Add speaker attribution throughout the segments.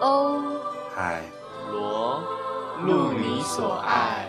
Speaker 1: 欧
Speaker 2: 海
Speaker 3: 罗
Speaker 2: 路你所爱。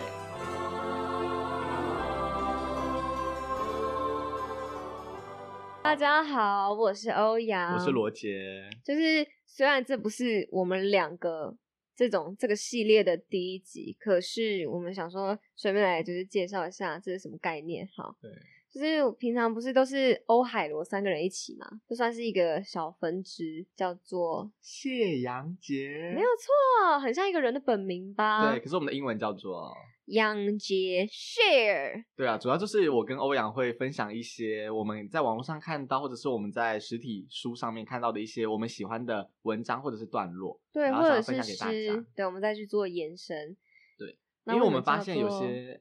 Speaker 1: 大家好，我是欧阳，
Speaker 3: 我是。罗杰，
Speaker 1: 就是虽然这不是我们两个这种这个系列的第一集，可是我们想说随便来就是介绍一下这是什么概念哈。
Speaker 3: 对，
Speaker 1: 就是我平常不是都是欧海罗三个人一起嘛，这算是一个小分支，叫做
Speaker 3: 谢阳杰
Speaker 1: 没有错，很像一个人的本名吧？
Speaker 3: 对，可是我们的英文叫做
Speaker 1: 杨杰 share，
Speaker 3: 对啊，主要就是我跟欧阳会分享一些我们在网络上看到，或者是我们在实体书上面看到的一些我们喜欢的文章或者是段落，
Speaker 1: 对，
Speaker 3: 然后
Speaker 1: 或
Speaker 3: 想
Speaker 1: 者
Speaker 3: 要分
Speaker 1: 是
Speaker 3: 享给大家
Speaker 1: 诗，。对，我们再去做延伸。
Speaker 3: 对
Speaker 1: 那
Speaker 3: 因
Speaker 1: 为什么叫做，
Speaker 3: 为我们发现有些，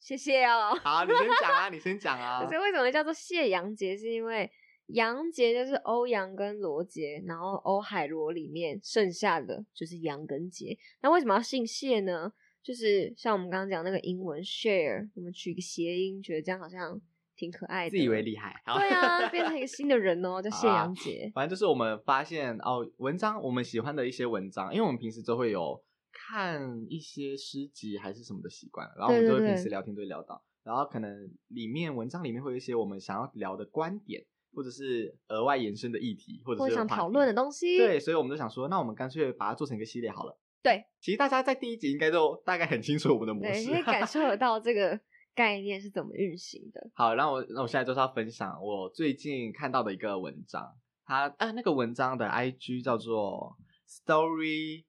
Speaker 1: 谢谢哦。
Speaker 3: 好，你先讲啊，你先 讲啊
Speaker 1: 可。是为什么叫做谢阳杰？是因为杨杰就是欧阳跟罗杰，然后欧海罗里面剩下的就是杨跟杰。那为什么要姓谢呢？就是像我们刚刚讲那个英文 share，我们取一个谐音，觉得这样好像挺可爱的。
Speaker 3: 自以 为厉害，好
Speaker 1: 对啊，变成一个新的人哦，叫谢
Speaker 3: 好啊
Speaker 1: 阳杰。
Speaker 3: 反正就是我们发现哦，文章我们喜欢的一些文章，因为我们平时都会有看一些诗集还是什么的习惯，然后我们
Speaker 1: 对
Speaker 3: 就
Speaker 1: 对
Speaker 3: 会平
Speaker 1: 对
Speaker 3: 时聊天都会聊到，然后可能里面文章里面会有一些我们想要聊的观点，或者是额外延伸的议题，或者
Speaker 1: 或
Speaker 3: 是
Speaker 1: 者想
Speaker 3: 话题
Speaker 1: 讨论的东西，
Speaker 3: 对，所以我们就想说，那我们干脆把它做成一个系列好了。
Speaker 1: 对，
Speaker 3: 其实大家在第一集应该都大概很清楚我们的模
Speaker 1: 对，
Speaker 3: 式，
Speaker 1: 可以 感受得到这个概念是怎么运行的。
Speaker 3: 好，那我那我现在就是要分享我最近看到的一个文章，它呃那个文章的 IG 叫做 Story，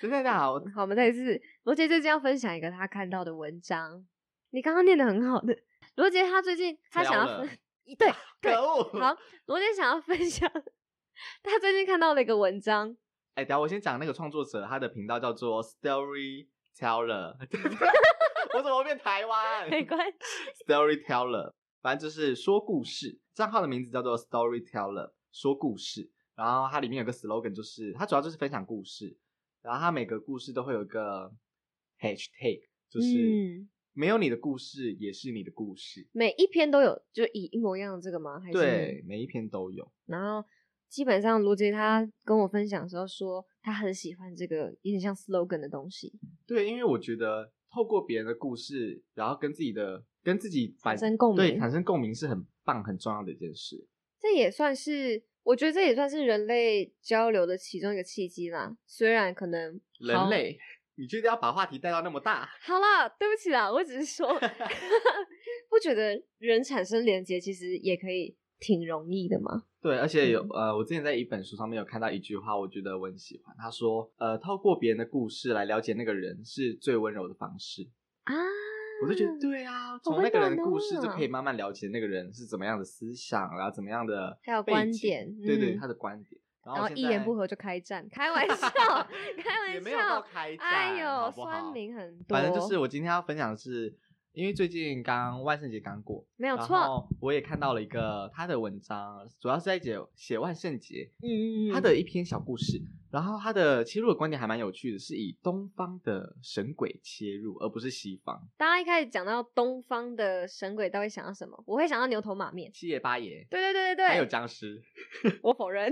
Speaker 3: 等等等下，我
Speaker 1: 好，我们再一次，罗杰最近要分享一个他看到的文章，你刚刚念的很好的。罗杰他最近他
Speaker 3: 太
Speaker 1: 想
Speaker 3: 好
Speaker 1: 要
Speaker 3: 了
Speaker 1: 分， 对，
Speaker 3: 可恶！
Speaker 1: 好，罗杰想要分享他最近看到的一个文章，
Speaker 3: 哎、等下我先讲那个创作者，他的频道叫做 Story Teller，我怎么变台湾？
Speaker 1: 没关系，
Speaker 3: Storyteller，反正就是说故事。账号的名字叫做 Storyteller，说故事。然后它里面有个 slogan，就是它主要就是分享故事。然后它每个故事都会有一个 hashtag，就是
Speaker 1: 嗯，
Speaker 3: 没有你的故事也是你的故事。
Speaker 1: 每一篇都有，就一一模一样的这个吗？还是
Speaker 3: 对，每一篇都有。
Speaker 1: 然后基本上罗杰他跟我分享的时候说，他很喜欢这个有点像 slogan 的东西，
Speaker 3: 对，因为我觉得透过别人的故事，然后跟自己的跟自己
Speaker 1: 产
Speaker 3: 反
Speaker 1: 生共鸣，
Speaker 3: 对产生共鸣是很棒很重要的一件事。
Speaker 1: 这也算是，我觉得这也算是人类交流的其中一个契机啦。虽然可能
Speaker 3: 人
Speaker 1: 好
Speaker 3: 类，你觉得要把话题带到那么大？
Speaker 1: 好啦，对不起啦，我只是 说，不觉得人产生连接其实也可以挺容易的嘛。
Speaker 3: 对，而且有
Speaker 1: 嗯
Speaker 3: 呃，我之前在一本书上面有看到一句话，我觉得我很喜欢。他说，呃，透过别人的故事来了解那个人是最温柔的方式。
Speaker 1: 啊，
Speaker 3: 我就觉
Speaker 1: 嗯
Speaker 3: 得，对啊，从
Speaker 1: 温
Speaker 3: 那个人的
Speaker 1: 暖
Speaker 3: 故事就
Speaker 1: 啊
Speaker 3: 可以慢慢了解那个人是怎么样的思想，然后怎么样的
Speaker 1: 还有
Speaker 3: 背
Speaker 1: 观
Speaker 3: 景
Speaker 1: 点
Speaker 3: 对对，
Speaker 1: 嗯
Speaker 3: 他的观点。然
Speaker 1: 然后
Speaker 3: 现
Speaker 1: 一言
Speaker 3: 在
Speaker 1: 不合就开战，开玩 笑，开玩笑，
Speaker 3: 也没有到开战，
Speaker 1: 哎呦，
Speaker 3: 好不好
Speaker 1: 酸民很多，
Speaker 3: 反正就是我今天要分享的是，因为最近刚万圣节刚过，
Speaker 1: 没有
Speaker 3: 然
Speaker 1: 错，
Speaker 3: 后我也看到了一个他的文章，主要是在写写万圣节，
Speaker 1: 嗯嗯嗯
Speaker 3: 他的一篇小故事。然后他的切入的观点还蛮有趣的，是以东方的神鬼切入，而不是西方
Speaker 1: 大家一开始讲到东方的神鬼，到底想到什么？我会想到牛头马面，
Speaker 3: 七爷八爷，
Speaker 1: 对对对
Speaker 3: 还有
Speaker 1: 对对，
Speaker 3: 僵尸。
Speaker 1: 我否认。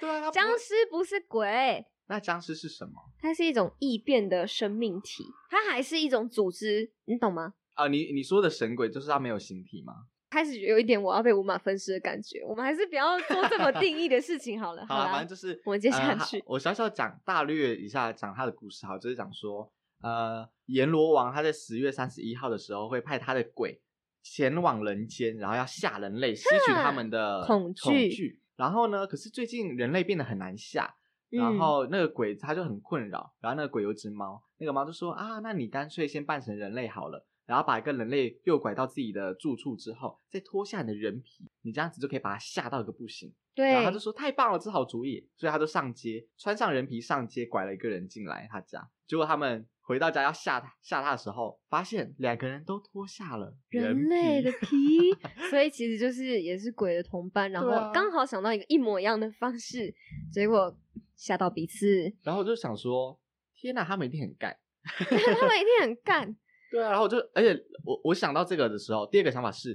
Speaker 3: 对啊，他不
Speaker 1: 僵
Speaker 3: 会
Speaker 1: 尸不是鬼，
Speaker 3: 那僵尸是什么？
Speaker 1: 它是一种异变的生命体，它还是一种组织，你懂吗？
Speaker 3: 啊、你你说的神鬼就是他没有形体吗？
Speaker 1: 开始有一点我要被五马分尸的感觉，我们还是不要做这么定义的事情 好了。
Speaker 3: 好
Speaker 1: 啦，
Speaker 3: 反正就是
Speaker 1: 我们接下
Speaker 3: 呃他
Speaker 1: 去
Speaker 3: 我小小讲大略一下讲他的故事，好，就是讲说，呃，阎罗王他在十月三十一号的时候会派他的鬼前往人间，然后要吓人类，吸取他们的
Speaker 1: 恐
Speaker 3: 恐
Speaker 1: 惧
Speaker 3: 惧。然后呢，可是最近人类变得很难吓，
Speaker 1: 嗯
Speaker 3: 然后那个鬼他就很困扰，然后那个鬼有只猫，那个猫就说啊，那你干脆先扮成人类好了，然后把一个人类诱拐到自己的住处之后，再脱下你的人皮，你这样子就可以把它吓到一个不行。
Speaker 1: 对
Speaker 3: 然后他就说太棒了，这好主意，所以他就上街，穿上人皮上街，拐了一个人进来他家。结果他们回到家要吓他吓他的时候，发现两个人都脱下了
Speaker 1: 人
Speaker 3: 皮
Speaker 1: 类的皮， 所以其实就是也是鬼的同伴，然后
Speaker 3: 对啊
Speaker 1: 刚好想到一个一模一样的方式，结果吓到彼 此，
Speaker 3: 然后我就想说，天哪，他们一定很干。
Speaker 1: 他们一定很干。
Speaker 3: 对啊，然后我就，而且我我想到这个的时候，第二个想法是，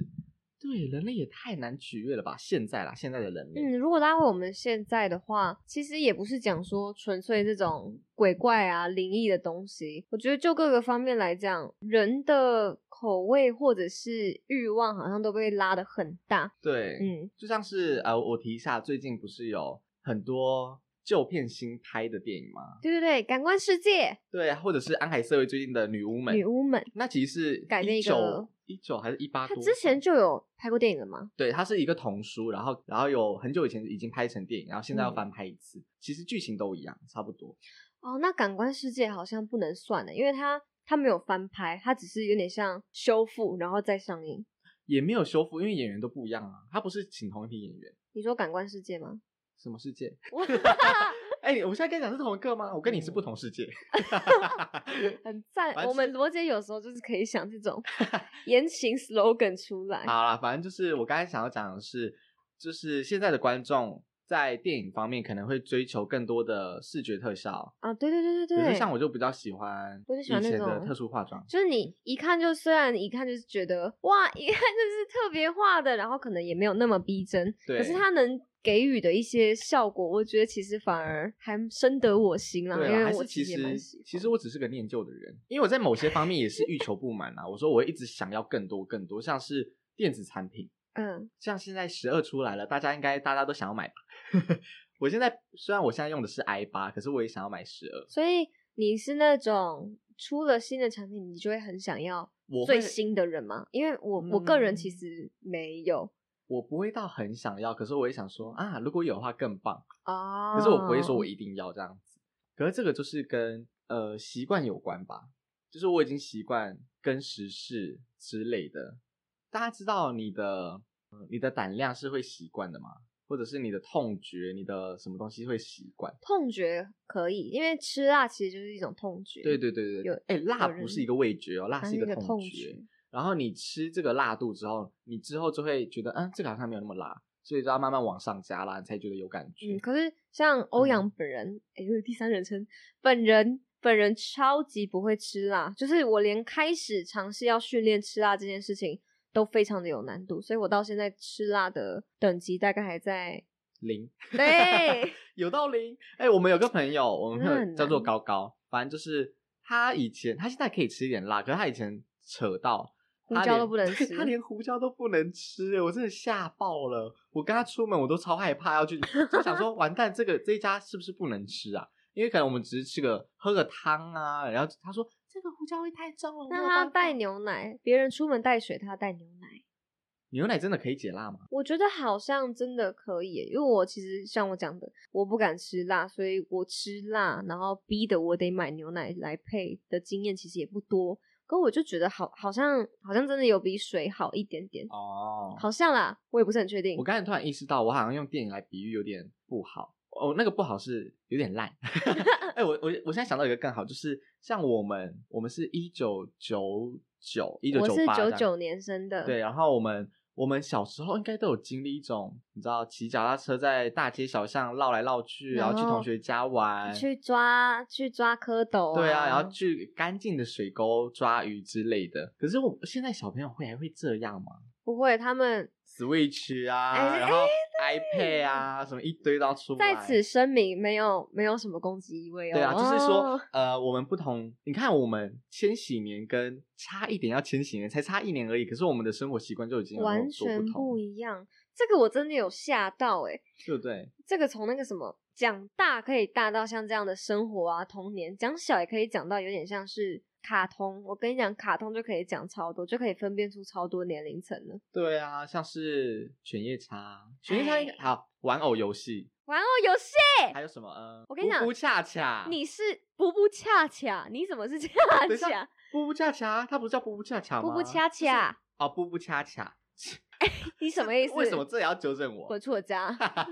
Speaker 3: 对，人类也太难取悦了吧？现在啦，现在的人类，
Speaker 1: 嗯，如果拉回我们现在的话，其实也不是讲说纯粹这种鬼怪啊、灵异的东西。我觉得就各个方面来讲，人的口味或者是欲望好像都被拉得很大。
Speaker 3: 对，
Speaker 1: 嗯，
Speaker 3: 就像是呃，我提一下，最近不是有很多旧片新拍的电影吗？
Speaker 1: 对对对，感官世界，
Speaker 3: 对，或者是安海瑟薇最近的《女巫们》，
Speaker 1: 女巫们，
Speaker 3: 那其实是
Speaker 1: 改编一个
Speaker 3: 九一九还是一八
Speaker 1: 她
Speaker 3: 多？
Speaker 1: 之前就有拍过电影了吗？
Speaker 3: 对，它是一个童书，然后然后有很久以前已经拍成电影，然后现在要
Speaker 1: 嗯
Speaker 3: 翻拍一次，其实剧情都一样，差不多。
Speaker 1: 哦，那感官世界好像不能算的，因为它它没有翻拍，它只是有点像修复然后再上映。
Speaker 3: 也没有修复，因为演员都不一样啊，他不是请同一批演员。
Speaker 1: 你说感官世界吗？
Speaker 3: 什么世界？
Speaker 1: 哇
Speaker 3: 哎、我现在跟你讲是同一个吗？我跟你是不同世界。
Speaker 1: 很赞
Speaker 3: 反！正
Speaker 1: 我们
Speaker 3: 是
Speaker 1: 罗姐有时候就是可以想这种言情 slogan 出来。
Speaker 3: 好啦，反正就是我刚才想要讲的是，就是现在的观众在电影方面可能会追求更多的视觉特效，
Speaker 1: 啊，对对对
Speaker 3: 可
Speaker 1: 对
Speaker 3: 是
Speaker 1: 对，
Speaker 3: 像我就比较喜欢
Speaker 1: 我就
Speaker 3: 以
Speaker 1: 喜欢那
Speaker 3: 前的
Speaker 1: 种
Speaker 3: 特殊化妆。
Speaker 1: 就是你一看就虽然一看就是觉得哇，一看就是特别画的，然后可能也没有那么逼真，
Speaker 3: 对，
Speaker 1: 可是它能给予的一些效果，我觉得其实反而还深得我心啦，
Speaker 3: 对
Speaker 1: 因
Speaker 3: 啦，
Speaker 1: 为
Speaker 3: 还
Speaker 1: 我
Speaker 3: 是其
Speaker 1: 也蛮
Speaker 3: 实
Speaker 1: 喜欢。
Speaker 3: 其实我只是个念旧的人，因为我在某些方面也是欲求不满啊啦。我说我会一直想要更多更多，像是电子产品，
Speaker 1: 嗯，
Speaker 3: 像现在十二出来了，大家应该大家都想要买吧？ 我现在虽然我现在用的是 i 八，可是我也想要买十二。
Speaker 1: 所以你是那种出了新的产品，你就会很想要
Speaker 3: 我
Speaker 1: 最
Speaker 3: 会
Speaker 1: 新的人吗？因为我我个人其
Speaker 3: 嗯
Speaker 1: 实没有
Speaker 3: 我不会到很想要，可是我也想说啊，如果有的话更棒。
Speaker 1: 啊，
Speaker 3: 可是我不会说我一定要这样子。可是这个就是跟呃习惯有关吧，就是我已经习惯跟时事之类的。大家知道你的呃你的胆量是会习惯的吗？或者是你的痛觉、你的什么东西会习惯？
Speaker 1: 痛觉可以，因为吃辣其实就是一种痛觉。
Speaker 3: 对对对对
Speaker 1: 有
Speaker 3: 对，哎、辣
Speaker 1: 有人
Speaker 3: 不是一个味觉哦，辣
Speaker 1: 它
Speaker 3: 是一
Speaker 1: 一
Speaker 3: 个
Speaker 1: 个
Speaker 3: 痛
Speaker 1: 痛
Speaker 3: 觉。然后你吃这个辣度之后，你之后就会觉得，嗯，这个好像没有那么辣，所以就要慢慢往上加辣，你才觉得有感觉。
Speaker 1: 嗯，可是像欧阳本人，哎、就是第三人称，本人本人超级不会吃辣，就是我连开始尝试要训练吃辣这件事情都非常的有难度，所以我到现在吃辣的等级大概还在
Speaker 3: 零
Speaker 1: 对，
Speaker 3: 有道理。哎、我们有个朋友，我们
Speaker 1: 真的
Speaker 3: 朋友
Speaker 1: 很
Speaker 3: 叫做
Speaker 1: 难
Speaker 3: 高高，反正就是他以前，他现在可以吃一点辣，可是他以前扯到
Speaker 1: 胡
Speaker 3: 他
Speaker 1: 椒
Speaker 3: 连
Speaker 1: 都不 能吃
Speaker 3: 他连胡椒都不能吃，哎我真的吓爆了。我跟他出门，我都超害怕要去，就 想说完蛋，这个这一家是不是不能吃啊？因为可能我们只是吃个喝个汤啊，然后他说这个胡椒味太重了。我没
Speaker 1: 那
Speaker 3: 有
Speaker 1: 他
Speaker 3: 办
Speaker 1: 带
Speaker 3: 法
Speaker 1: 牛奶，别人出门带水，他带牛奶。
Speaker 3: 牛奶真的可以解辣吗？
Speaker 1: 我觉得好像真的可以耶，因为我其实像我讲的，我不敢吃辣，所以我吃辣，然后逼得我得买牛奶来配的经验其实也不多。可我就觉得好，好像好像真的有比水好一点点，
Speaker 3: 哦
Speaker 1: 好像啦，我也不是很确定
Speaker 3: 我。刚才突然意识到，我好像用电影来比喻有点不好。哦，那个不好是有点烂。 哎、我我我现在想到一个更好，就是像我们，我们是一九九九一九
Speaker 1: 我是
Speaker 3: 八，
Speaker 1: 九九年生的，
Speaker 3: 对，，然后我们我们小时候应该都有经历一种，你知道，骑脚踏车在大街小巷绕来绕去，然
Speaker 1: 然
Speaker 3: 后去同
Speaker 1: 后
Speaker 3: 学家玩，
Speaker 1: 去抓去抓蝌蚪、
Speaker 3: 啊对
Speaker 1: 啊，
Speaker 3: 啊，然后去干净的水沟抓鱼之类的。可是我现在小朋友会还会这样吗？
Speaker 1: 不会，他们
Speaker 3: Switch 啊，
Speaker 1: 哎
Speaker 3: 然后 iPad 啊，什么一堆都要出来。
Speaker 1: 在此声明，没有没有什么攻击意味哦。
Speaker 3: 对啊，就是说
Speaker 1: 哦，
Speaker 3: 呃，我们不同，你看我们千禧年跟差一点要千禧年，才差一年而已，可是我们的生活习惯就已经有那
Speaker 1: 完
Speaker 3: 么多
Speaker 1: 全
Speaker 3: 不
Speaker 1: 不
Speaker 3: 同，
Speaker 1: 一样，这个我真的有吓到哎、
Speaker 3: 对不对？
Speaker 1: 这个从那个什么讲大可以大到像这样的生活啊、童年，讲小也可以讲到有点像是卡通。我跟你讲，卡通就可以讲超多，就可以分辨出超多年龄层了。
Speaker 3: 对啊，像是犬夜叉，犬夜叉
Speaker 1: 哎
Speaker 3: 应该好玩偶游戏，
Speaker 1: 玩偶游戏，
Speaker 3: 还有什么？嗯，
Speaker 1: 我跟你讲
Speaker 3: 布布恰恰，
Speaker 1: 哦你是步步恰恰，你怎么是恰
Speaker 3: 啊等一
Speaker 1: 恰
Speaker 3: 下？，布布恰恰，它不是叫布布恰恰吗？
Speaker 1: 步步恰恰，
Speaker 3: 哦，布布恰恰，
Speaker 1: 你什么意思？
Speaker 3: 为什么这也要纠正
Speaker 1: 滚
Speaker 3: 我？
Speaker 1: 出我家！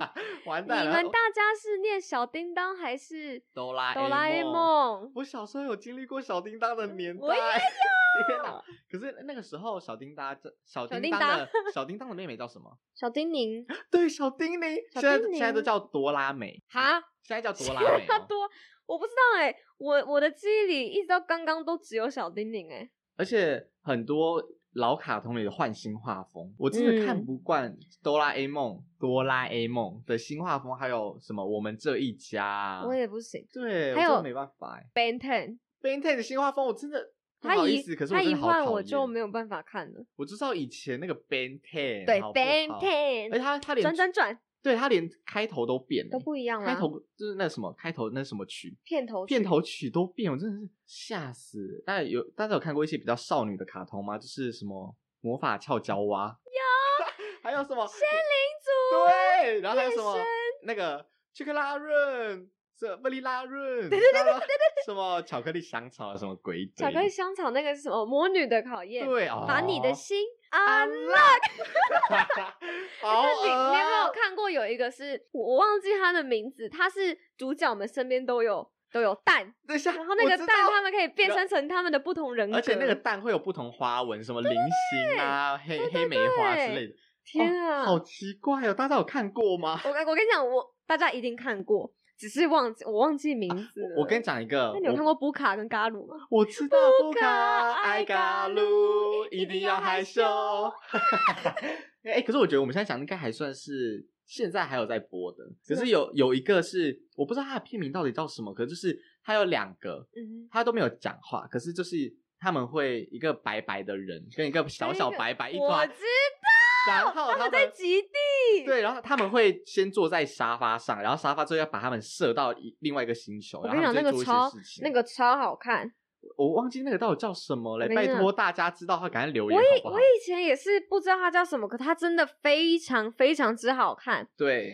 Speaker 3: 完
Speaker 1: 你
Speaker 3: 蛋了！
Speaker 1: 们大家是念小叮当还是
Speaker 3: 哆啦
Speaker 1: 哆啦 A 梦？
Speaker 3: 我小时候有经历过小叮当的年代，
Speaker 1: 我也
Speaker 3: 有。 天哪！可是那个时候，小叮当这小
Speaker 1: 小
Speaker 3: 叮
Speaker 1: 叮
Speaker 3: 当的小叮当的妹妹叫什 么？
Speaker 1: 小叮 咛，
Speaker 3: 对，小叮铃。
Speaker 1: 小
Speaker 3: 现在
Speaker 1: 叮
Speaker 3: 现在都
Speaker 1: 铃
Speaker 3: 叫哆啦美，
Speaker 1: 哈，
Speaker 3: 现在叫哆啦美
Speaker 1: 他
Speaker 3: 哦。
Speaker 1: 多，我不知道哎、我我的记忆里一直到刚刚都只有小叮铃哎、
Speaker 3: 而且很多老卡通里的换新画风，我真的看
Speaker 1: 嗯
Speaker 3: 不惯哆啦 A 梦、哆啦 A 梦的新画风，还有什么我们这一家啊，
Speaker 1: 我也不行。
Speaker 3: 对，
Speaker 1: 还
Speaker 3: 我真的
Speaker 1: 有
Speaker 3: 没办法哎。
Speaker 1: Ben Ten，
Speaker 3: Ben Ten 的新画风我真的不
Speaker 1: 他
Speaker 3: 好意
Speaker 1: 一
Speaker 3: 思，可是我
Speaker 1: 他
Speaker 3: 真
Speaker 1: 一
Speaker 3: 的好
Speaker 1: 换
Speaker 3: 讨
Speaker 1: 我就
Speaker 3: 厌
Speaker 1: 没有办法看了。
Speaker 3: 我知道以前那个 Ben Ten，
Speaker 1: 对
Speaker 3: 好不
Speaker 1: ，Ben
Speaker 3: 好而且
Speaker 1: Ten，
Speaker 3: 他他连
Speaker 1: 转转转
Speaker 3: 对他连开头都变
Speaker 1: 都
Speaker 3: 欸
Speaker 1: 不一样
Speaker 3: 开
Speaker 1: 啦。
Speaker 3: 头就是那什么开头那什么曲
Speaker 1: 片头
Speaker 3: 片
Speaker 1: 曲
Speaker 3: 头曲都变，我真的是吓死。那有大家有看过一些比较少女的卡通吗？就是什么魔法俏娇娃，有， 还有什么仙
Speaker 1: 林
Speaker 3: 对，然后还有
Speaker 1: 变
Speaker 3: 什么
Speaker 1: 身
Speaker 3: 那个切克拉润，这布利拉润，对对对对对对，什么巧克力香草什么鬼
Speaker 1: 族，巧克力香草那个是什么？魔女的考验，
Speaker 3: 对，
Speaker 1: 把你的
Speaker 3: 哦
Speaker 1: 心 安乐。
Speaker 3: 好
Speaker 1: 那你你有没有
Speaker 3: 恶
Speaker 1: 看过有一个是我我忘记他的名字，他是主角们身边都有都有 蛋，
Speaker 3: 等一下，
Speaker 1: 然后那
Speaker 3: 我
Speaker 1: 个
Speaker 3: 知
Speaker 1: 蛋
Speaker 3: 道
Speaker 1: 他们可以变
Speaker 3: 然
Speaker 1: 身成他们的嗯不同人格，
Speaker 3: 而且那个蛋会有不同花纹，什么菱形啊、黑黑梅花之类的。
Speaker 1: 天
Speaker 3: 哦
Speaker 1: 啊，
Speaker 3: 好奇怪哦！大家有看过吗？
Speaker 1: 我跟我跟你讲，我大家一定看过，只是忘记我忘记名字了。
Speaker 3: 啊我跟你，讲一个，
Speaker 1: 那你有
Speaker 3: 我
Speaker 1: 看过布卡跟嘎鲁吗？
Speaker 3: 我知道不卡爱
Speaker 1: 爱
Speaker 3: 嘎
Speaker 1: 嘎
Speaker 3: 路
Speaker 1: 路
Speaker 3: 一
Speaker 1: 一定
Speaker 3: 定要
Speaker 1: 要
Speaker 3: 害
Speaker 1: 害
Speaker 3: 羞
Speaker 1: 羞。
Speaker 3: 哎、可是我觉得我们现在讲应该还算是现在还有在播的，可是有有一个是我不知道它的片名到底叫什么，可是就是它有两个，
Speaker 1: 嗯，
Speaker 3: 他都没有讲话，可是就是他们会一个白白的人跟一个小小白白一
Speaker 1: 我
Speaker 3: 团，
Speaker 1: 知道，
Speaker 3: 然后
Speaker 1: 他
Speaker 3: 哦他
Speaker 1: 们
Speaker 3: 们
Speaker 1: 在极地，，
Speaker 3: 对，然后他们会先坐在沙发上，然后沙发最后要把他们射到一另外一个星球，
Speaker 1: 我
Speaker 3: 哦然
Speaker 1: 跟
Speaker 3: 后
Speaker 1: 你讲
Speaker 3: 他
Speaker 1: 那个
Speaker 3: 们就会做
Speaker 1: 超
Speaker 3: 一些事情。
Speaker 1: 那个超好看。
Speaker 3: 我忘记那个到底叫什么
Speaker 1: 我
Speaker 3: 嘞，
Speaker 1: 跟
Speaker 3: 拜
Speaker 1: 你讲
Speaker 3: 托大家知道的话赶快留
Speaker 1: 我
Speaker 3: 言
Speaker 1: 以
Speaker 3: 好不好
Speaker 1: 我？以前也是不知道它叫什么，可它真的非常非常之好看。
Speaker 3: 对，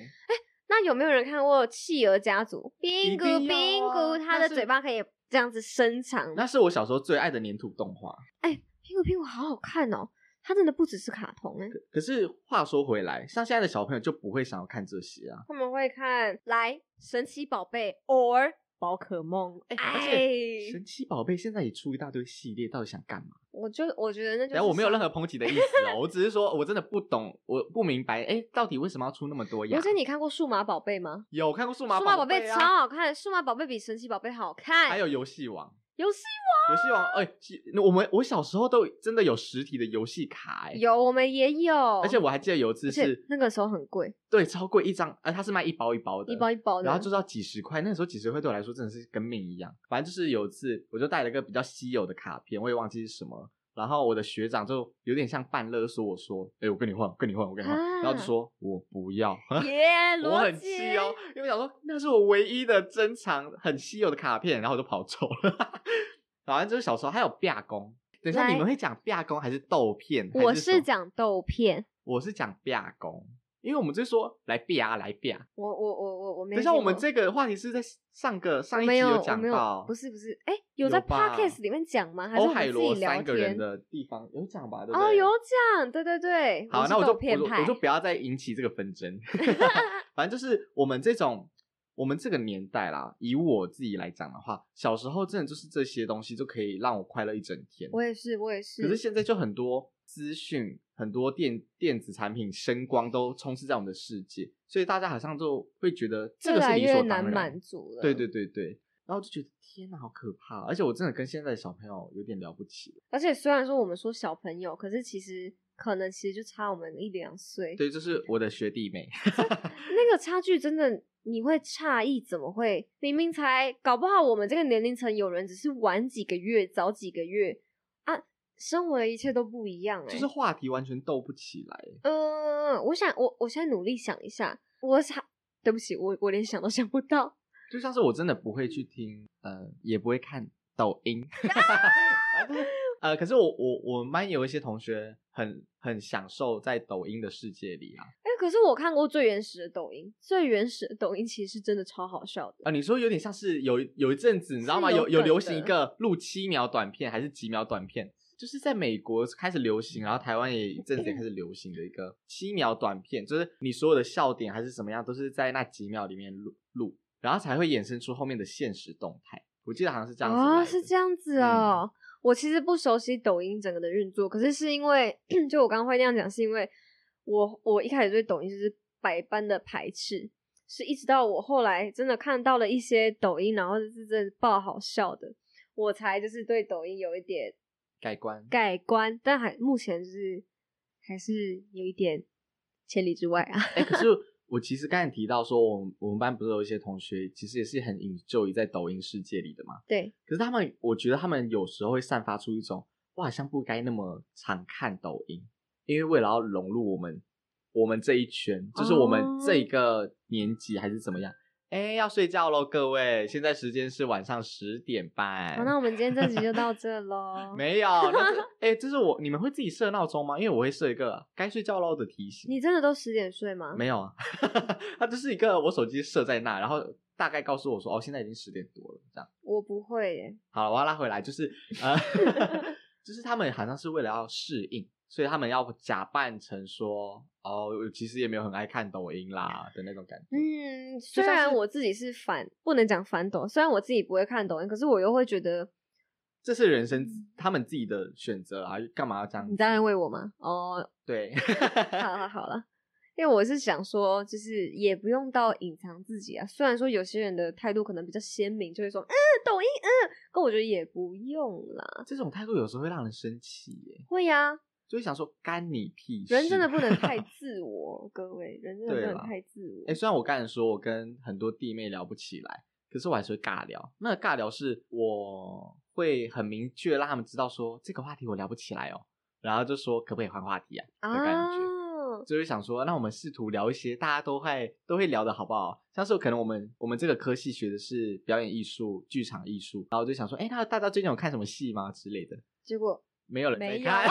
Speaker 1: 那有没有人看过《企鹅家族》？冰
Speaker 3: 定
Speaker 1: 谷
Speaker 3: 要啊
Speaker 1: 冰谷，它
Speaker 3: 那
Speaker 1: 的
Speaker 3: 是
Speaker 1: 嘴巴可以这样子伸长。
Speaker 3: 那是我小时候最爱的粘土动画。
Speaker 1: 冰谷冰谷好好看哦，它真的不只是卡通哎、
Speaker 3: 可是话说回来，像现在的小朋友就不会想要看这些啊。
Speaker 1: 他们会看来神奇宝贝 or 宝可梦。
Speaker 3: 哎
Speaker 1: 哎、
Speaker 3: 而且神奇宝贝现在也出一大堆系列，到底想干嘛？
Speaker 1: 我就我觉得那就
Speaker 3: 然
Speaker 1: 是
Speaker 3: 后我没有任
Speaker 1: 上
Speaker 3: 何抨击的意思哦，我只是说我真的不懂，我不明白，哎，到底为什么要出那么多呀
Speaker 1: 而？且你看过数码宝贝吗？
Speaker 3: 有看过数码
Speaker 1: 数码宝
Speaker 3: 贝
Speaker 1: 贝超
Speaker 3: 啊，
Speaker 1: 好看，数码宝贝比神奇宝贝好看。
Speaker 3: 还有游戏王，
Speaker 1: 游戏
Speaker 3: 游戏王，哎，其我们我小时候都真的有实体的游戏卡，哎，，
Speaker 1: 有，我们也有。
Speaker 3: 而且我还记得有一次
Speaker 1: 而且
Speaker 3: 是
Speaker 1: 那个时候很贵，
Speaker 3: 对，超贵一张，呃，它是卖一包一包的，
Speaker 1: 一包一包的。
Speaker 3: 然后就是要几十块，那时候几十块对我来说真的是跟命一样。反正就是有一次，我就带了一个比较稀有的卡片，我也忘记是什么了。然后我的学长就有点像半勒索我说：“哎、我跟你换，我跟你换，我跟你换。然后就
Speaker 1: 啊
Speaker 3: 说：“我不要。
Speaker 1: 耶，”
Speaker 3: 我
Speaker 1: 罗
Speaker 3: 很气
Speaker 1: 姐
Speaker 3: 哦，因为我想说那是我唯一的珍藏、很稀有的卡片，然后我就跑走了。 反正就是小时候还有罢工。等一下，你
Speaker 1: 来
Speaker 3: 们会讲罢工还是豆片？还
Speaker 1: 我
Speaker 3: 是什么
Speaker 1: 是讲豆片，
Speaker 3: 我是讲罢工，因为我们就说来罢啊来罢。
Speaker 1: 我我我我我没有听
Speaker 3: 等一下，
Speaker 1: 过。
Speaker 3: 我们这个话题是在上个上一集
Speaker 1: 没有我
Speaker 3: 讲
Speaker 1: 没有
Speaker 3: 到，
Speaker 1: 不是不是，哎，有在
Speaker 3: 有吧
Speaker 1: podcast 里面讲吗？还是
Speaker 3: 欧
Speaker 1: 我
Speaker 3: 海
Speaker 1: 们自己
Speaker 3: 螺
Speaker 1: 聊
Speaker 3: 三个人
Speaker 1: 天？
Speaker 3: 的地方有讲吧？对不对？
Speaker 1: 哦，有。讲，对对对。
Speaker 3: 好，
Speaker 1: 是
Speaker 3: 那我就
Speaker 1: 豆
Speaker 3: 我
Speaker 1: 片
Speaker 3: 就
Speaker 1: 派
Speaker 3: 我就不要再引起这个纷 争。 反正就是我们这种我们这个年代啦，以我自己来讲的话，小时候真的就是这些东西就可以让我快乐一整天。
Speaker 1: 我也是，我也是。
Speaker 3: 可是现在就很多资讯、很多电电子产品、声光都充斥在我们的世界，所以大家好像就会觉得这
Speaker 1: 越
Speaker 3: 个是
Speaker 1: 来
Speaker 3: 理
Speaker 1: 越
Speaker 3: 所
Speaker 1: 难
Speaker 3: 当然
Speaker 1: 满。足了。
Speaker 3: 对对对对，然后就觉得天哪，好可怕！啊而且我真的跟现在的小朋友有点聊不起了。
Speaker 1: 而且虽然说我们说小朋友，可是其实可能其实就差我们一两岁，
Speaker 3: 对，就是我的学弟妹，
Speaker 1: 那个差距真的你会诧异，怎么会明明才搞不好我们这个年龄层有人只是晚几个月、早几个月啊，生活的一切都不一样哎、
Speaker 3: 就是话题完全斗不起来。
Speaker 1: 嗯、我想我我现在努力想一下，我想对不起，我我连想都想不到。
Speaker 3: 就像是我真的不会去听，呃，也不会看抖 音，啊不是呃，可是我我我们班有一些同学很很享受在抖音的世界里啊。
Speaker 1: 哎、可是我看过最原始的抖音，最原始的抖音其实是真的超好笑的。
Speaker 3: 啊，你说有点像是有有一阵子，你知道吗？
Speaker 1: 是有
Speaker 3: 有有
Speaker 1: 梗
Speaker 3: 流行一
Speaker 1: 的
Speaker 3: 个录七秒短片还是几秒短片，就是在美国开始流行，然后台湾也一阵子也开始流行的一个七秒短片，就是你所有的笑点还是怎么样，都是在那几秒里面录录，然后才会衍生出后面的现实动态。我记得好像是这样子来
Speaker 1: 哦，
Speaker 3: 的嗯
Speaker 1: 是这样子哦。我其实不熟悉抖音整个的运作，可是是因为就我刚刚会那样讲，是因为我我一开始对抖音就是百般的排斥，是一直到我后来真的看到了一些抖音，然后就是真的爆好笑的，我才就是对抖音有一点
Speaker 3: 改观。
Speaker 1: 改观，但还目前就是还是有一点千里之外啊。
Speaker 3: 哎、可是我其实刚才提到说，我们我们班不是有一些同学其实也是很 enjoy 在抖音世界里的嘛。
Speaker 1: 对，
Speaker 3: 可是他们，我觉得他们有时候会散发出一种，我好像不该那么常看抖音，因为为了要融入我们我们这一圈，就是我们这一个年级还是怎么样。哎，要睡觉喽，各位！现在时间是晚上十点半。
Speaker 1: 哦好，那我们今天这集就到这喽。
Speaker 3: 没有，那是哎，这是我你们会自己设闹钟吗？因为我会设一个该睡觉喽的提醒。
Speaker 1: 你真的都十点睡吗？
Speaker 3: 没有啊， 它就是一个我手机设在那，然后大概告诉我说，哦，现在已经十点多了，这样。
Speaker 1: 我不会耶。
Speaker 3: 好了，我要拉回来，就是呃， 就是他们好像是为了要适应，所以他们要假扮成说，哦，我其实也没有很爱看抖音啦的那种感觉。
Speaker 1: 嗯，
Speaker 3: 就
Speaker 1: 虽
Speaker 3: 像
Speaker 1: 然
Speaker 3: 是
Speaker 1: 我自己是反，不能讲反抖，虽然我自己不会看抖音，可是我又会觉得
Speaker 3: 这是人生他们自己的选择啊，干嘛要这样
Speaker 1: 嗯
Speaker 3: 子？
Speaker 1: 你在安慰我吗？哦，
Speaker 3: 对，
Speaker 1: 好了好了，因为我是想说，就是也不用到隐藏自己啊。虽然说有些人的态度可能比较鲜明，就会说嗯抖音嗯，可我觉得也不用啦。
Speaker 3: 这种态度有时候会让人生气耶，
Speaker 1: 会呀、啊，
Speaker 3: 就会想说干你屁事。
Speaker 1: 人真的不能 太自我，各位，人真的
Speaker 3: 啊对
Speaker 1: 不能
Speaker 3: 啦
Speaker 1: 太自我。
Speaker 3: 哎、虽然我刚才说我跟很多弟妹聊不起来，可是我还是会尬聊。那个尬聊是我会很明确让他们知道说这个话题我聊不起来哦，然后就说可不可以换话题啊的感觉。
Speaker 1: 啊，
Speaker 3: 就会想说，那我们试图聊一些大家都会都会聊的好不好？像是可能我们我们这个科系学的是表演艺术、剧场艺术，然后就想说，哎，那大家最近有看什么戏吗之类的？
Speaker 1: 结果
Speaker 3: 没有人在
Speaker 1: 没有
Speaker 3: 看，
Speaker 1: 啊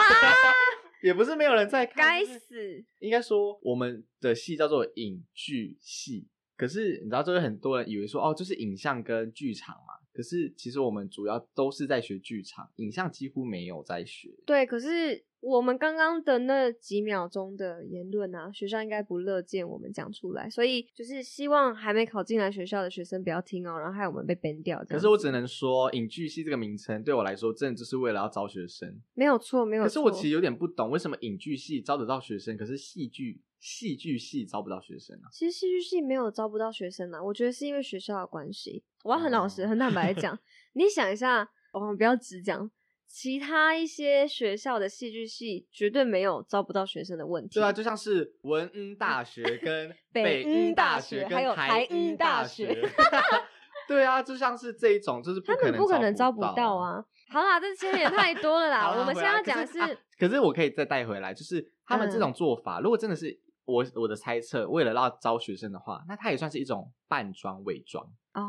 Speaker 3: 也不是没有人在看，
Speaker 1: 该
Speaker 3: 就是
Speaker 1: 死，
Speaker 3: 应该说我们的戏叫做影剧系，可是你知道，就是很多人以为说哦，就是影像跟剧场嘛。可是其实我们主要都是在学剧场，影像几乎没有在学。
Speaker 1: 对，可是我们刚刚的那几秒钟的言论啊，学校应该不乐见我们讲出来，所以就是希望还没考进来学校的学生不要听哦，然后害我们被 ban 掉这样子。
Speaker 3: 可是我只能说，影剧系这个名称对我来说，真的就是为了要招学生。
Speaker 1: 没有错，没有
Speaker 3: 可
Speaker 1: 错。
Speaker 3: 是我其实有点不懂，为什么影剧系招得到学生，可是戏剧戏剧系招不到学生啊？
Speaker 1: 其实戏剧系没有招不到学生啊，我觉得是因为学校的关系。我要很老实、
Speaker 3: 哦
Speaker 1: 很坦白地讲，你想一下，我们不要只讲其他一些学校的戏剧系，绝对没有招不到学生的问题。
Speaker 3: 对啊，就像是文恩大学跟
Speaker 1: 北
Speaker 3: 恩
Speaker 1: 恩大
Speaker 3: 学
Speaker 1: 学
Speaker 3: 跟
Speaker 1: 还有
Speaker 3: 台
Speaker 1: 台
Speaker 3: 恩
Speaker 1: 恩大
Speaker 3: 学。 对啊，就像是这一种，就是
Speaker 1: 他们
Speaker 3: 能不
Speaker 1: 可能
Speaker 3: 招
Speaker 1: 招不到。啊。好啦，这牵扯也太多了啦。
Speaker 3: 好啦
Speaker 1: 我们
Speaker 3: 回
Speaker 1: 现
Speaker 3: 来
Speaker 1: 在要讲的
Speaker 3: 可
Speaker 1: 是
Speaker 3: 是,、啊可是我可以再带回来，就是他
Speaker 1: 嗯
Speaker 3: 们这种做法，如果真的是我我的猜测，为了要招学生的话，那它也算是一种扮装伪装，
Speaker 1: 哦，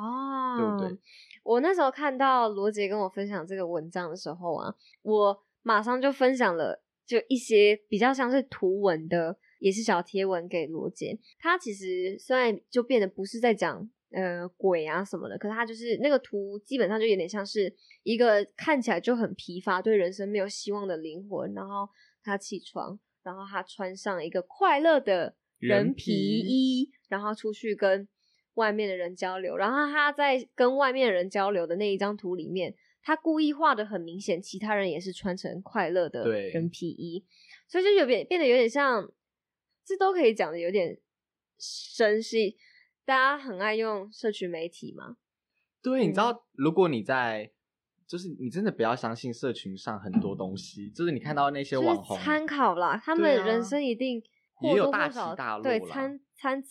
Speaker 3: 对不对？
Speaker 1: 我那时候看到罗杰跟我分享这个文章的时候啊，我马上就分享了就一些比较像是图文的，也是小贴文给罗杰。他其实虽然就变得不是在讲。呃，鬼啊什么的，可是他就是那个图，基本上就有点像是一个看起来就很疲乏、对人生没有希望的灵魂。然后他起床，然后他穿上一个快乐的人
Speaker 3: 人
Speaker 1: 皮
Speaker 3: 皮
Speaker 1: 衣，然后出去跟外面的人交流。然后他在跟外面的人交流的那一张图里面，他故意画的很明显，其他人也是穿成快乐的
Speaker 3: 对
Speaker 1: 人皮衣，所以就有点变得有点像，这都可以讲的有点生系。大家很爱用社群媒体嘛，
Speaker 3: 对，你知
Speaker 1: 嗯
Speaker 3: 道，如果你在，就是你真的不要相信社群上很多东西，就是你看到那些
Speaker 1: 就
Speaker 3: 网红
Speaker 1: 是参考啦，他们
Speaker 3: 对啊
Speaker 1: 人生一定
Speaker 3: 也
Speaker 1: 或
Speaker 3: 有
Speaker 1: 多
Speaker 3: 大
Speaker 1: 或
Speaker 3: 起
Speaker 1: 少
Speaker 3: 大落
Speaker 1: 对
Speaker 3: 啦
Speaker 1: 参参差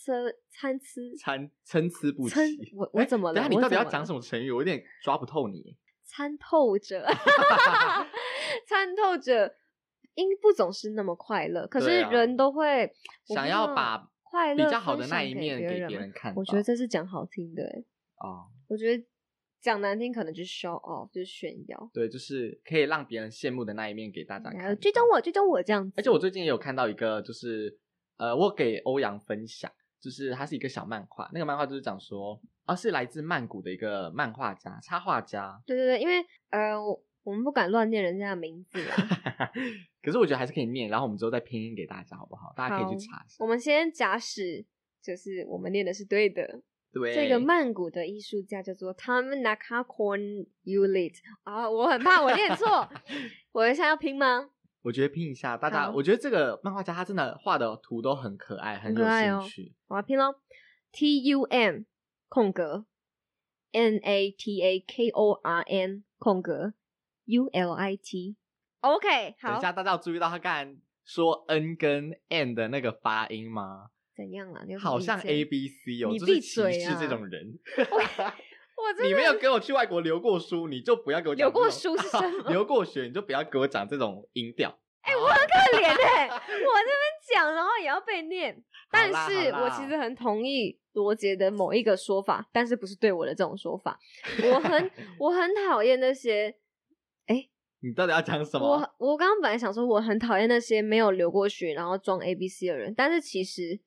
Speaker 1: 参差
Speaker 3: 参参差不
Speaker 1: 参
Speaker 3: 齐。
Speaker 1: 我我
Speaker 3: 哎
Speaker 1: 怎么
Speaker 3: 等
Speaker 1: 了？
Speaker 3: 下你
Speaker 1: 我
Speaker 3: 到底
Speaker 1: 怎
Speaker 3: 要
Speaker 1: 么
Speaker 3: 讲
Speaker 1: 了
Speaker 3: 什么成语？我有点抓不透你。
Speaker 1: 参透 者， 参透者应不总是那么快乐，可是
Speaker 3: 对啊
Speaker 1: 人都会、我
Speaker 3: 想
Speaker 1: 不知
Speaker 3: 要
Speaker 1: 道
Speaker 3: 把
Speaker 1: 快
Speaker 3: 比
Speaker 1: 乐
Speaker 3: 较好
Speaker 1: 分
Speaker 3: 的那
Speaker 1: 享
Speaker 3: 一
Speaker 1: 给
Speaker 3: 面
Speaker 1: 别
Speaker 3: 给
Speaker 1: 人
Speaker 3: 别
Speaker 1: 嘛
Speaker 3: 人看到。
Speaker 1: 我觉得这是讲好听的欸、
Speaker 3: 哦，
Speaker 1: 我觉得讲难听可能就是 show off，就是炫耀，
Speaker 3: 对，就是可以让别人羡慕的那一面给大家看
Speaker 1: 然
Speaker 3: 到
Speaker 1: 后。追踪我，追踪我这样子。
Speaker 3: 而且我最近也有看到一个，就是呃，我给欧阳分享，就是它是一个小漫画，那个漫画就是讲说，啊，是来自曼谷的一个漫画家、插画家，
Speaker 1: 对对对，因为呃，我我们不敢乱念人家的名字啦。
Speaker 3: 可是我觉得还是可以念，然后我们之后再拼音给大家，好不好？大家可以去查一下
Speaker 1: 我。们先假使就是我们念的是对的，
Speaker 3: 对，
Speaker 1: 这个曼谷的艺术家叫做 Tom Nakakorn Ulit 啊，我很怕我念 错，我现在要拼吗？
Speaker 3: 我觉得拼一下，大家，
Speaker 1: 好
Speaker 3: 我觉得这个漫画家他真的画的图都很可爱，很
Speaker 1: 很可爱
Speaker 3: 有
Speaker 1: 哦
Speaker 3: 兴趣。
Speaker 1: 我要拼喽，T U M 空格 N A T A K O R N 空格 U L I T OK，
Speaker 3: 等
Speaker 1: 好
Speaker 3: 一，下，大家有注意到他刚才说 n 跟 n 的那个发音吗？
Speaker 1: 怎样啊了？你有什么
Speaker 3: 好
Speaker 1: 意
Speaker 3: 像
Speaker 1: 见
Speaker 3: A B C 哦，
Speaker 1: 你
Speaker 3: 就是
Speaker 1: 闭
Speaker 3: 歧
Speaker 1: 嘴
Speaker 3: 视
Speaker 1: 啊
Speaker 3: 这种人。
Speaker 1: 我真
Speaker 3: 你
Speaker 1: 的
Speaker 3: 没有给我去外国留过书，你就不要给我讲
Speaker 1: 留过
Speaker 3: 这种
Speaker 1: 书是什么
Speaker 3: 留过学，你就不要给我讲这种音调。哎、我
Speaker 1: 可怜哎、我这边讲，然后也要被念。但
Speaker 3: 好啦
Speaker 1: 是
Speaker 3: 好啦
Speaker 1: 我其实很同意罗杰的某一个说法，但是不是对我的这种说 法。我很我很讨厌那些，
Speaker 3: 你到底要讲什么？
Speaker 1: 我我刚刚本来想说我很讨厌那些没有留过学然后装 A B C 的人，但是其实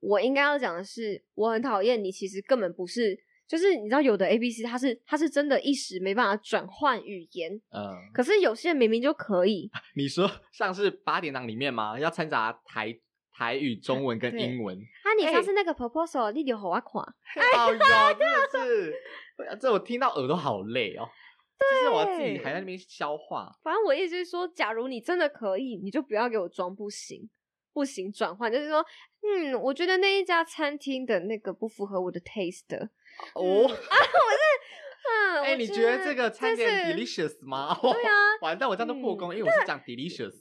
Speaker 1: 我应该要讲的是，我很讨厌你，其实根本不是。就是你知道，有的 A B C 它是它是真的一时没办法转换语言，
Speaker 3: 嗯，
Speaker 1: 可是有些人明明就可以，
Speaker 3: 你说像是八点档里面吗？要掺杂台台语、中文跟
Speaker 1: 对
Speaker 3: 英文。
Speaker 1: 啊，你
Speaker 3: 哎
Speaker 1: 上次那个 proposal，你留给我看。
Speaker 3: 哎呦，真的是， 这我听到耳朵好累哦。就是我自己还在那边消化。
Speaker 1: 反正我意思就是说，假如你真的可以，你就不要给我装不行，不行转换，就是说，嗯，我觉得那一家餐厅的那个不符合我的 taste。
Speaker 3: 哦，
Speaker 1: 嗯，
Speaker 3: 哎，
Speaker 1: 我
Speaker 3: 你觉得这个餐点
Speaker 1: 这是
Speaker 3: delicious 吗？
Speaker 1: 对 啊，嗯
Speaker 3: 完蛋，我这样都破功，因为我是讲 delicious。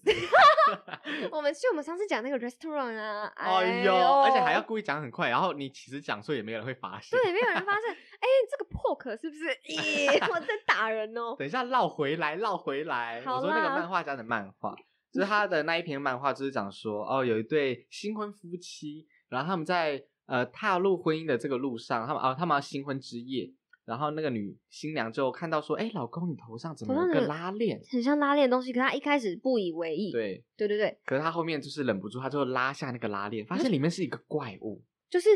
Speaker 1: 我们去我们上次讲那个 restaurant 啊，
Speaker 3: 哎呦，
Speaker 1: 呦，
Speaker 3: 而且还要故意讲很快，然后你其实讲错也没有人会发现。
Speaker 1: 对，没有人发现，哎、这个 pork 是不是？ 咦，我在打人哦。
Speaker 3: 等一下绕回来，绕回来。
Speaker 1: 好
Speaker 3: 我说那个
Speaker 1: 啦
Speaker 3: 漫画家的漫 画，就是他的那一篇漫画，就是讲说，哦，有一对新婚夫妻，然后他们在呃踏入婚姻的这个路上，他们哦，他们要新婚之夜，然后那个女新娘就看到说，哎，老公，你头上怎么
Speaker 1: 头
Speaker 3: 有
Speaker 1: 上
Speaker 3: 个
Speaker 1: 有
Speaker 3: 拉链？
Speaker 1: 很像拉链的东西，可他一开始不以为意。
Speaker 3: 对，
Speaker 1: 对对对，
Speaker 3: 可是他后面就是忍不住，他就拉下那个拉链，发现里面是一个怪物。
Speaker 1: 就是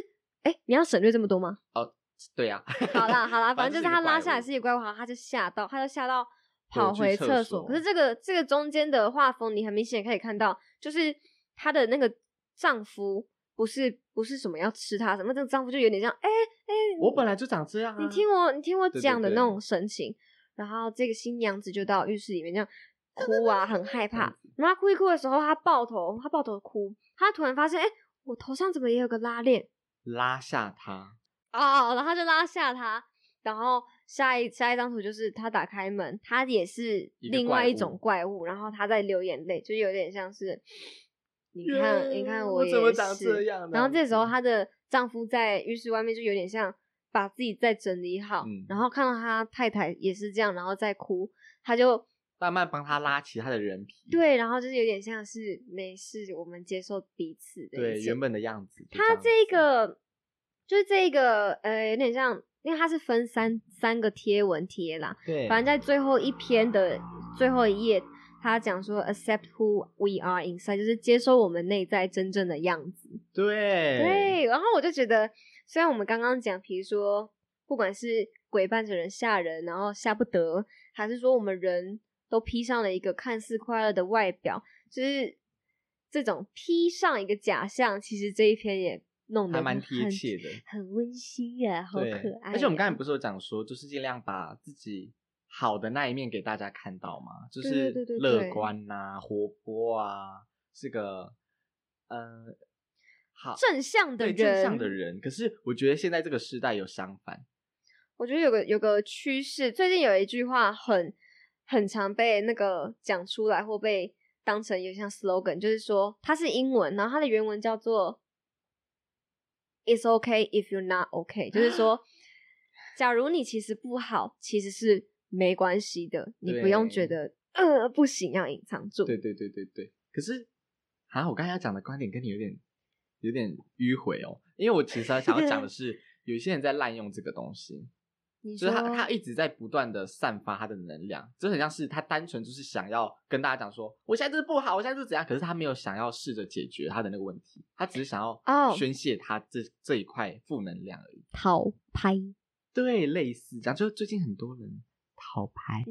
Speaker 1: 哎、你要省略这么多吗？
Speaker 3: 对呀、
Speaker 1: 好啦好 啦，反正就是他拉下来
Speaker 3: 是
Speaker 1: 是一个怪物，好像他就吓到，他就吓到
Speaker 3: 跑
Speaker 1: 跑
Speaker 3: 去
Speaker 1: 回
Speaker 3: 厕
Speaker 1: 厕
Speaker 3: 所
Speaker 1: 所。可是这个这个中间的画风，你很明显可以看到，就是她的那个丈夫不是不是什么要吃她什么，这个丈夫就有点像哎哎，
Speaker 3: 我本来就长这样、啊。
Speaker 1: 你听我你听我
Speaker 3: 对对
Speaker 1: 讲的
Speaker 3: 对
Speaker 1: 那种神情。然后这个新娘子就到浴室里面这样哭啊，很害怕。然后她哭一哭的时候，她抱头，她抱头哭，她突然发现，哎、我头上怎么也有个拉链？
Speaker 3: 拉下他，
Speaker 1: 哦，然后他就拉下他，然后下一下一张图就是他打开门，他也是
Speaker 3: 一个
Speaker 1: 另
Speaker 3: 怪
Speaker 1: 外一
Speaker 3: 物
Speaker 1: 种怪物，然后他在流眼泪，就有点像是你看你看
Speaker 3: 嗯我
Speaker 1: 也
Speaker 3: 怎么长
Speaker 1: 是
Speaker 3: 这样嗯
Speaker 1: 然后这时候
Speaker 3: 他。
Speaker 1: 她的丈夫在浴室外面就有点像把自己再整理好，
Speaker 3: 嗯
Speaker 1: 然后看到他太太也是这样，然后再哭，他就
Speaker 3: 慢慢帮他拉起他的人皮，
Speaker 1: 对，然后就是有点像是没事，我们接受彼此的
Speaker 3: 对
Speaker 1: 一切
Speaker 3: 原本的样子。就
Speaker 1: 它
Speaker 3: 样子
Speaker 1: 这个就是这个呃，有点像，因为它是分三三个贴文贴啦，
Speaker 3: 对，
Speaker 1: 反正在最后一篇的最后一页，他讲说 accept who we are inside，就是接受我们内在真正的样子。
Speaker 3: 对
Speaker 1: 对，然后我就觉得，虽然我们刚刚讲，比如说不管是鬼伴着人吓人，然后吓不得，还是说我们人都披上了一个看似快乐的外表，就是这种披上一个假象，其实这一篇也弄得
Speaker 3: 还
Speaker 1: 很
Speaker 3: 蛮贴切的，
Speaker 1: 很温馨呀、好可
Speaker 3: 对
Speaker 1: 爱、哦
Speaker 3: 而且我们刚才不是有讲说，就是尽量把自己好的那一面给大家看到嘛，就
Speaker 1: 对
Speaker 3: 是
Speaker 1: 对对对
Speaker 3: 乐
Speaker 1: 对
Speaker 3: 观呐、活泼啊，是个呃好
Speaker 1: 正向的
Speaker 3: 对
Speaker 1: 人，
Speaker 3: 正向的人。可是我觉得现在这个时代有相反，
Speaker 1: 我觉得有个有个趋势，最近有一句话很很常被那个讲出来或被当成有像 slogan，就是说它是英文，然后它的原文叫做 "It's okay if you're not okay"，就是 说，假如你其实不好，其实是没关系的，你不用觉得呃不行要隐藏住。
Speaker 3: 对对对对对。可是啊，我刚才要讲的观点跟你有点有点迂回哦，因为我其实想要 讲的是，有些人在滥用这个东西。
Speaker 1: 你
Speaker 3: 就
Speaker 1: 说
Speaker 3: 是他他一直在不断的散发他的能量，就很像是他单纯就是想要跟大家讲说，我现在就是不好，我现在就是怎样，可是他没有想要试着解决他的那个问题，他只是想要
Speaker 1: 哦
Speaker 3: 宣泄他这、这一块负能量而已。
Speaker 1: 讨 拍，，
Speaker 3: 对，类似这样，就是最近很多人讨牌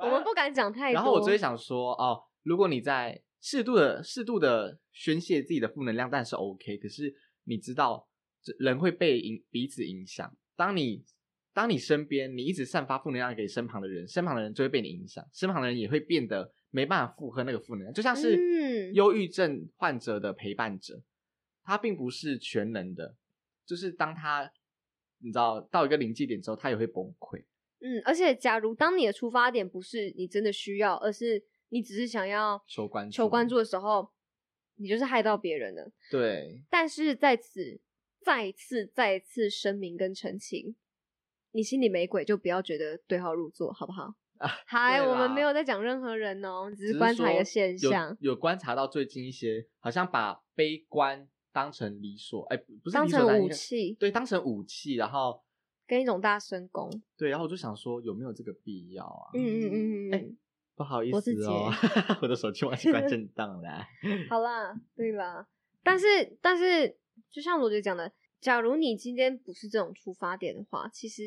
Speaker 1: 我们不敢讲太多。
Speaker 3: 然后我只会想说，哦，如果你在适度的、适度的宣泄自己的负能量，但是 OK。可是你知道，这人会被影彼此影响。当你当你身边你一直散发负能量给身旁的人，身旁的人就会被你影响，身旁的人也会变得没办法负荷那个负能量。就像是
Speaker 1: 嗯
Speaker 3: 忧郁症患者的陪伴者，他并不是全能的，就是当他你知道到一个临界点之后，他也会崩溃。
Speaker 1: 嗯，而且假如当你的出发点不是你真的需要，而是你只是想要
Speaker 3: 求关
Speaker 1: 求
Speaker 3: 注
Speaker 1: 关注的时候，你就是害到别人了。
Speaker 3: 对，
Speaker 1: 但是在此再次再次声明跟澄清，你心里没鬼就不要觉得对号入座，好不好？嗨，
Speaker 3: 啊 对
Speaker 1: 我们
Speaker 3: 啦
Speaker 1: 没有在讲任何人哦，只
Speaker 3: 只
Speaker 1: 是观察一
Speaker 3: 说
Speaker 1: 个现
Speaker 3: 有
Speaker 1: 象，
Speaker 3: 有观察到最近一些好像把悲观当成理所，哎，不是
Speaker 1: 当
Speaker 3: 理所
Speaker 1: 成
Speaker 3: 当
Speaker 1: 武
Speaker 3: 然，
Speaker 1: 器，
Speaker 3: 对，当成武器，然后
Speaker 1: 跟一种大声公。
Speaker 3: 对，然后我就想说有没有这个必要啊？
Speaker 1: 嗯嗯嗯嗯
Speaker 3: 哎
Speaker 1: 嗯，
Speaker 3: 不好意
Speaker 1: 我是
Speaker 3: 思哦， 我的手机忘记关震 荡了。啊
Speaker 1: 好啦，对啦。但是但是，就像罗杰讲的，假如你今天不是这种出发点的话，其实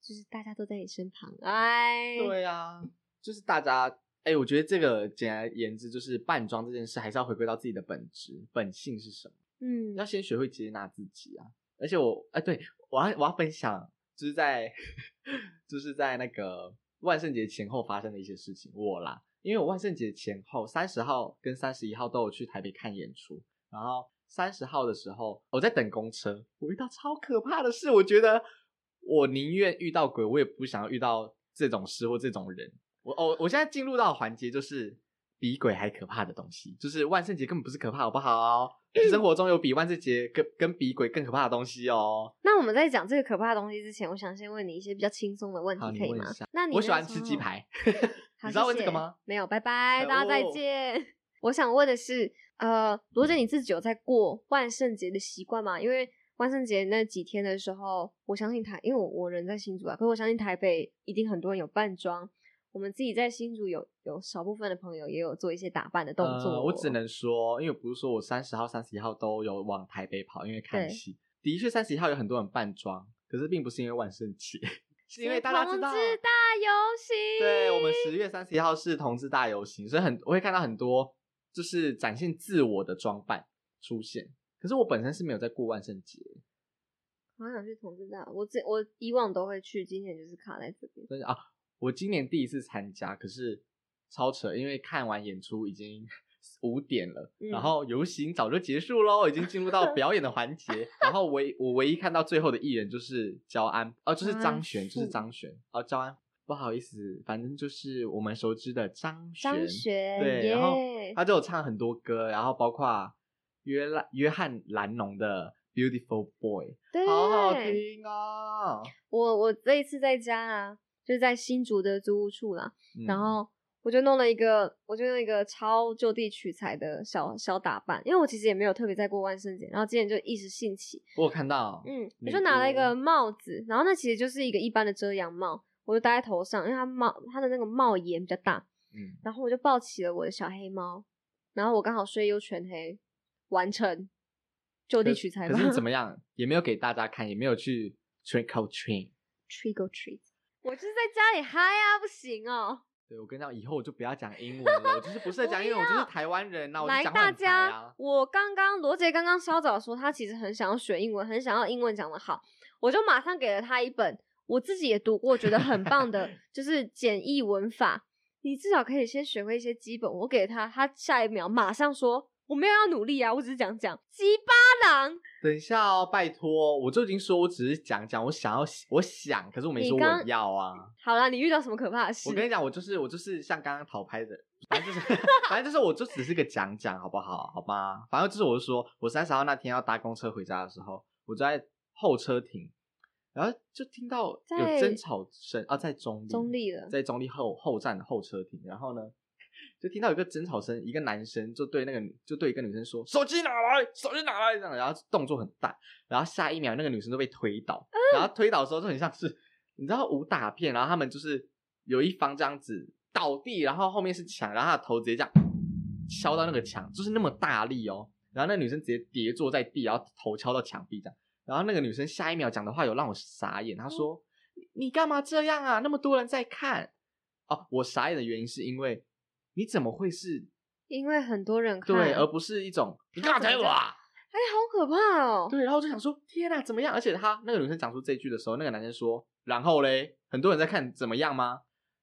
Speaker 1: 就是大家都在你身旁，哎，
Speaker 3: 对啊，就是大家，哎、我觉得这个简而言之就是扮装这件事，还是要回归到自己的本质、本性是什么。
Speaker 1: 嗯
Speaker 3: 要，先学会接纳自己啊！而且我，哎、对我要我要分享，就是在 就是在那个万圣节前后发生的一些事情。我啦，因为我万圣节前后三十号跟三十一号都有去台北看演出，然后三十号的时候我在等公车，我遇到超可怕的事，我觉得我宁愿遇到鬼，我也不想要遇到这种事或这种人。我哦，我现在进入到环节就是比鬼还可怕的东西，就是万圣节根本不是可怕，好不好？ 生活中有比万圣节跟跟比鬼更可怕的东西哦。
Speaker 1: 那我们在讲这个可怕的东西之前，我想先问你一些比较轻松的问
Speaker 3: 好
Speaker 1: 题，
Speaker 3: 你
Speaker 1: 可以
Speaker 3: 问一
Speaker 1: 吗
Speaker 3: 下？
Speaker 1: 那你
Speaker 3: 我喜
Speaker 1: 那
Speaker 3: 欢
Speaker 1: 时
Speaker 3: 吃鸡
Speaker 1: 候
Speaker 3: 排
Speaker 1: 好
Speaker 3: 你知道
Speaker 1: 谢
Speaker 3: 问这个
Speaker 1: 谢
Speaker 3: 吗
Speaker 1: 没有，拜拜，
Speaker 3: 可
Speaker 1: 大家再
Speaker 3: 恶
Speaker 1: 见。我想问的是，呃，罗姐你自己有在过万圣节的习惯吗？因为万圣节那几天的时候，我相信台，因为我我人在新竹啊，可是我相信台北一定很多人有扮装。我们自己在新竹有有少部分的朋友也有做一些打扮的动作哦、
Speaker 3: 呃我只能说，因为不是说我三十号、三十一号都有往台北跑，因为看
Speaker 1: 对
Speaker 3: 戏。的确，三十一号有很多人扮装，可是并不是因为万圣节， 是因为大家知道
Speaker 1: 同志大游行，
Speaker 3: 对，我们十月三十一号是同志大游行，所以很我会看到很多就是展现自我的装扮出现。可是我本身是没有在过万圣节，
Speaker 1: 好想去同志大，我之我以往都会去，今年就是卡在这边。
Speaker 3: 但是啊，我今年第一次参加，可是超扯，因为看完演出已经五点了，
Speaker 1: 嗯
Speaker 3: 然后游行早就结束喽，已经进入到表演的环 节。然后唯我唯一看到最后的艺人就是焦安，哦、就是
Speaker 1: 张
Speaker 3: 张悬，就是
Speaker 1: 富
Speaker 3: 张悬，哦，焦安。不好意思，反正就是我们熟知的张
Speaker 1: 张悬，
Speaker 3: 对，
Speaker 1: 耶
Speaker 3: 然后他就有唱很多歌，然后包括约兰约翰兰农的《Beautiful Boy》，
Speaker 1: 对，
Speaker 3: 好好听哦。
Speaker 1: 我我这一次在家啊，就是在新竹的租屋处啦，
Speaker 3: 嗯
Speaker 1: 然后我就弄了一个，我就用一个超就地取材的小小打扮，因为我其实也没有特别在过万圣节，然后今年就一时兴起，
Speaker 3: 我有看到，
Speaker 1: 嗯，我
Speaker 3: 女
Speaker 1: 就拿了一
Speaker 3: 巫
Speaker 1: 个帽子，然后那其实就是一个一般的遮阳帽，我就戴在头上，因为它帽它的那个帽檐比较大，
Speaker 3: 嗯，
Speaker 1: 然后我就抱起了我的小黑猫，然后我刚好睡又全黑，完成就地
Speaker 3: 可
Speaker 1: 取材吧。
Speaker 3: 可是怎么样，也没有给大家看，也没有去 trick or treat。
Speaker 1: trick or treat？我就是在家里嗨啊，不行哦。
Speaker 3: 对，我跟你讲，以后我就不要讲英文了，我就是不适合讲英文，我
Speaker 1: 不
Speaker 3: 就
Speaker 1: 要
Speaker 3: 是台湾人呐、我就
Speaker 1: 来，
Speaker 3: 讲
Speaker 1: 大
Speaker 3: 话很台
Speaker 1: 家，
Speaker 3: 啊。
Speaker 1: 我刚刚罗杰刚刚稍早说他其实很想要学英文，很想要英文讲得好，我就马上给了他一本我自己也读过，觉得很棒 的，就是简易文法。你至少可以先学会一些基本。我给他，他下一秒马上说我没有要努力啊，我只是讲讲。鸡巴狼，
Speaker 3: 等一下哦，拜托，我就已经说我只是讲讲，我想要，我想，可是我没
Speaker 1: 你
Speaker 3: 说我
Speaker 1: 刚
Speaker 3: 要啊。
Speaker 1: 好啦，你遇到什么可怕的事
Speaker 3: 我？跟你讲，我就是我就是像刚刚逃拍的，反正就是反正就是我就只是个讲讲，好不好？好吧，反正就是我是说，我三十号那天要搭公车回家的时候，我就在候车亭，然后就听到有
Speaker 1: 在
Speaker 3: 争吵声啊，在中立
Speaker 1: 中立了
Speaker 3: 在中立后后站的候车亭，然后呢。就听到有个争吵声，一个男生就对那个女就对一个女生说：“手机拿来，手机拿来！”这样，然后动作很大，然后下一秒那个女生就被推倒，
Speaker 1: 嗯
Speaker 3: 然后推倒的时候就很像是你知道武打片，然后他们就是有一方这样子倒地，然后后面是墙，然后他的头直接这样敲到那个墙，就是那么大力哦。然后那个女生直接跌坐在地，然后头敲到墙壁这样。然后那个女生下一秒讲的话有让我傻眼，
Speaker 1: 嗯
Speaker 3: 她说：“你你干嘛这样啊？那么多人在看。”哦，我傻眼的原因是因为你怎么会是
Speaker 1: 因为很多人看，
Speaker 3: 对，而
Speaker 1: 哎，
Speaker 3: 不是一种你
Speaker 1: 她
Speaker 3: 干嘛
Speaker 1: 怎么
Speaker 3: 推我啊？
Speaker 1: 好可怕哦。
Speaker 3: 对，然后我就想说，天啊呐，怎么样？而且他那个女生讲出这句的时候，那个男生说，然后嘞，很多人在看怎么样吗？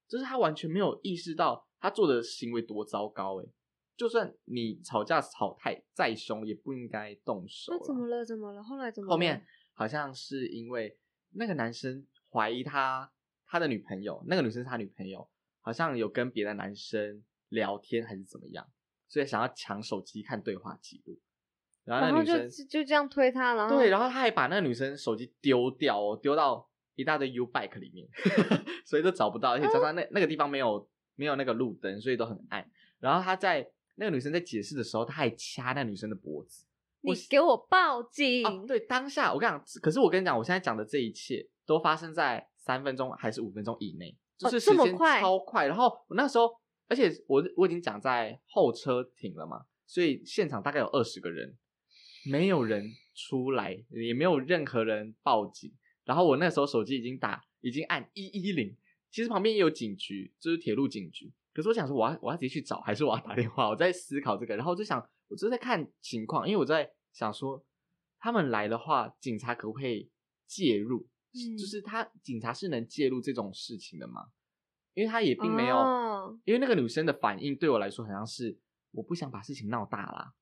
Speaker 3: 就是他完全没有意识到他做的行为多糟糕诶、就算你吵架吵太再凶，也不应该动手啦。
Speaker 1: 那怎么了？怎么了？后来怎么了？
Speaker 3: 后面好像是因为那个男生怀疑他他的女朋友，那个女生是他女朋友，好像有跟别的男生聊天还是怎么样，所以想要抢手机看对话记录。然后
Speaker 1: 然
Speaker 3: 那
Speaker 1: 后
Speaker 3: 女
Speaker 1: 就啊
Speaker 3: 生
Speaker 1: 就就这样推他，然后
Speaker 3: 对，然后他还把那个女生手机丢掉哦，丢到一大堆 U bike 里面， 所以都找不到，而且加上那那个地方没有没有那个路灯，所以都很暗。然后他在那个女生在解释的时候，他还掐那女生的脖子。
Speaker 1: 你
Speaker 3: 我
Speaker 1: 给我报警，
Speaker 3: 哦，对，当下我跟你讲，可是我跟你讲，我现在讲的这一切都发生在三分钟还是五分钟以内，就
Speaker 1: 哦
Speaker 3: 是
Speaker 1: 这
Speaker 3: 时
Speaker 1: 么
Speaker 3: 间
Speaker 1: 快
Speaker 3: 超快。然后我那时候，而且我我已经讲在候车停了嘛，所以现场大概有二十个人，没有人出来，也没有任何人报警。然后我那时候手机已经打，已经按一一零，其实旁边也有警局，就是铁路警局。可是我想说，我要我要直接去找，还是我要打电话？我在思考这个，然后我就想，我就在看情况，因为我在想说，他们来的话，警察可不可以介入？
Speaker 1: 嗯
Speaker 3: 就是他警察是能介入这种事情的吗？因为他也并没有，
Speaker 1: 哦
Speaker 3: 因为那个女生的反应对我来说，好像是我不想把事情闹大啦，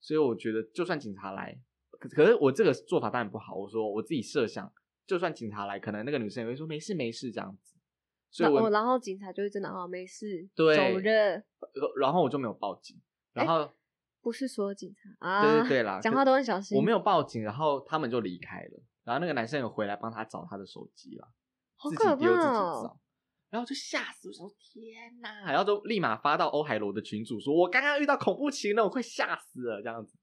Speaker 3: 所以我觉得就算警察来，可可是我这个做法当然不好。我说我自己设想，就算警察来，可能那个女生也会说没事没事这样子，所
Speaker 1: 那
Speaker 3: 以我、
Speaker 1: 哦然后警察就会真的哦没事，
Speaker 3: 对
Speaker 1: 走了，
Speaker 3: 呃然后我就没有报警，然后、
Speaker 1: 不是所有警察哎啊，
Speaker 3: 对对对啦，
Speaker 1: 讲
Speaker 3: 可
Speaker 1: 话都很小心，
Speaker 3: 我没有报警，然后他们就离开了，然后那个男生有回来帮他找他的手机啦，
Speaker 1: 好
Speaker 3: 自己
Speaker 1: 可
Speaker 3: 丢自己
Speaker 1: 怕哦，
Speaker 3: 找。然后就吓死，我想说天哪！然后就立马发到欧海罗的群主说，我刚刚遇到恐怖情人，我快吓死了这样子。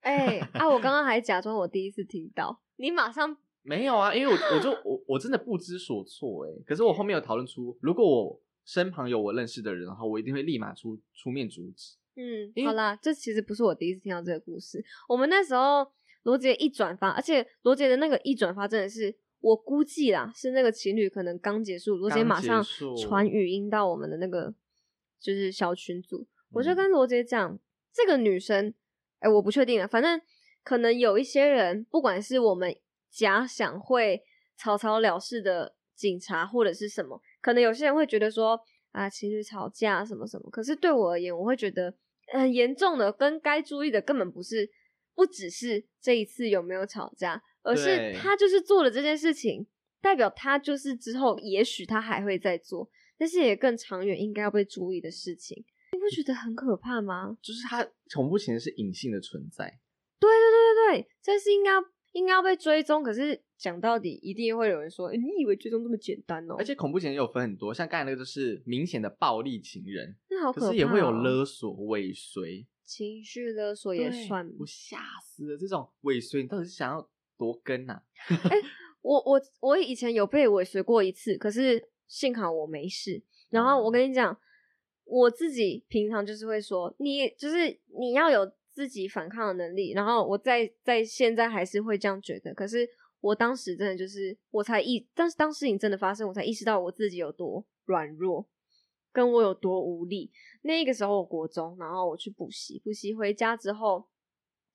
Speaker 1: 哎啊，我刚刚还假装我第一次听到，你马上
Speaker 3: 没有啊，因 为我我就我我真的不知所措哎、可是我后面有讨论出，如果我身旁有我认识的人的话，我一定会立马出出面阻止。
Speaker 1: 嗯
Speaker 3: 因，为
Speaker 1: 好啦，这其实不是我第一次听到这个故事。我们那时候罗杰一转发，而且罗杰的那个一转发真的是，我估计啦，是那个情侣可能刚结束，罗杰
Speaker 3: 刚
Speaker 1: 马
Speaker 3: 结
Speaker 1: 上
Speaker 3: 束
Speaker 1: 传语音到我们的那个就是小群组，我就
Speaker 3: 嗯
Speaker 1: 跟罗杰讲，这个女生，哎、我不确定啊，反正可能有一些人，不管是我们假想会草草了事的警察或者是什么，可能有些人会觉得说啊，情侣吵架什么什么，可是对我而言，我会觉得很严重的跟该注意的根本不是，不只是这一次有没有吵架，而
Speaker 3: 对
Speaker 1: 是他就是做了这件事情，代表他就是之后也许他还会再做，但是也更长远应该要被注意的事情。你不觉得很可怕吗？
Speaker 3: 就是他恐怖情人是隐性的存在，
Speaker 1: 对对对对对，这是应该应该要被追踪。可是讲到底，一定会有人说：“诶你以为追踪这么简单哦？”
Speaker 3: 而且恐怖情人也有分很多，像刚才那个就是明显的暴力情人，
Speaker 1: 那好可怕、
Speaker 3: 可
Speaker 1: 哦，
Speaker 3: 是也会有勒索、尾随，
Speaker 1: 情绪勒索也
Speaker 3: 对
Speaker 1: 算
Speaker 3: 我吓死了！这种尾随，你到底是想要多跟啊呐、
Speaker 1: 我我我以前有被尾随过一次，可是幸好我没事。然后我跟你讲，我自己平常就是会说，你就是你要有自己反抗的能力。然后我在在现在还是会这样觉得，可是我当时真的就是，我才意，但是当事情真的发生，我才意识到我自己有多软弱，跟我有多无力。那个时候我国中，然后我去补习，补习回家之后，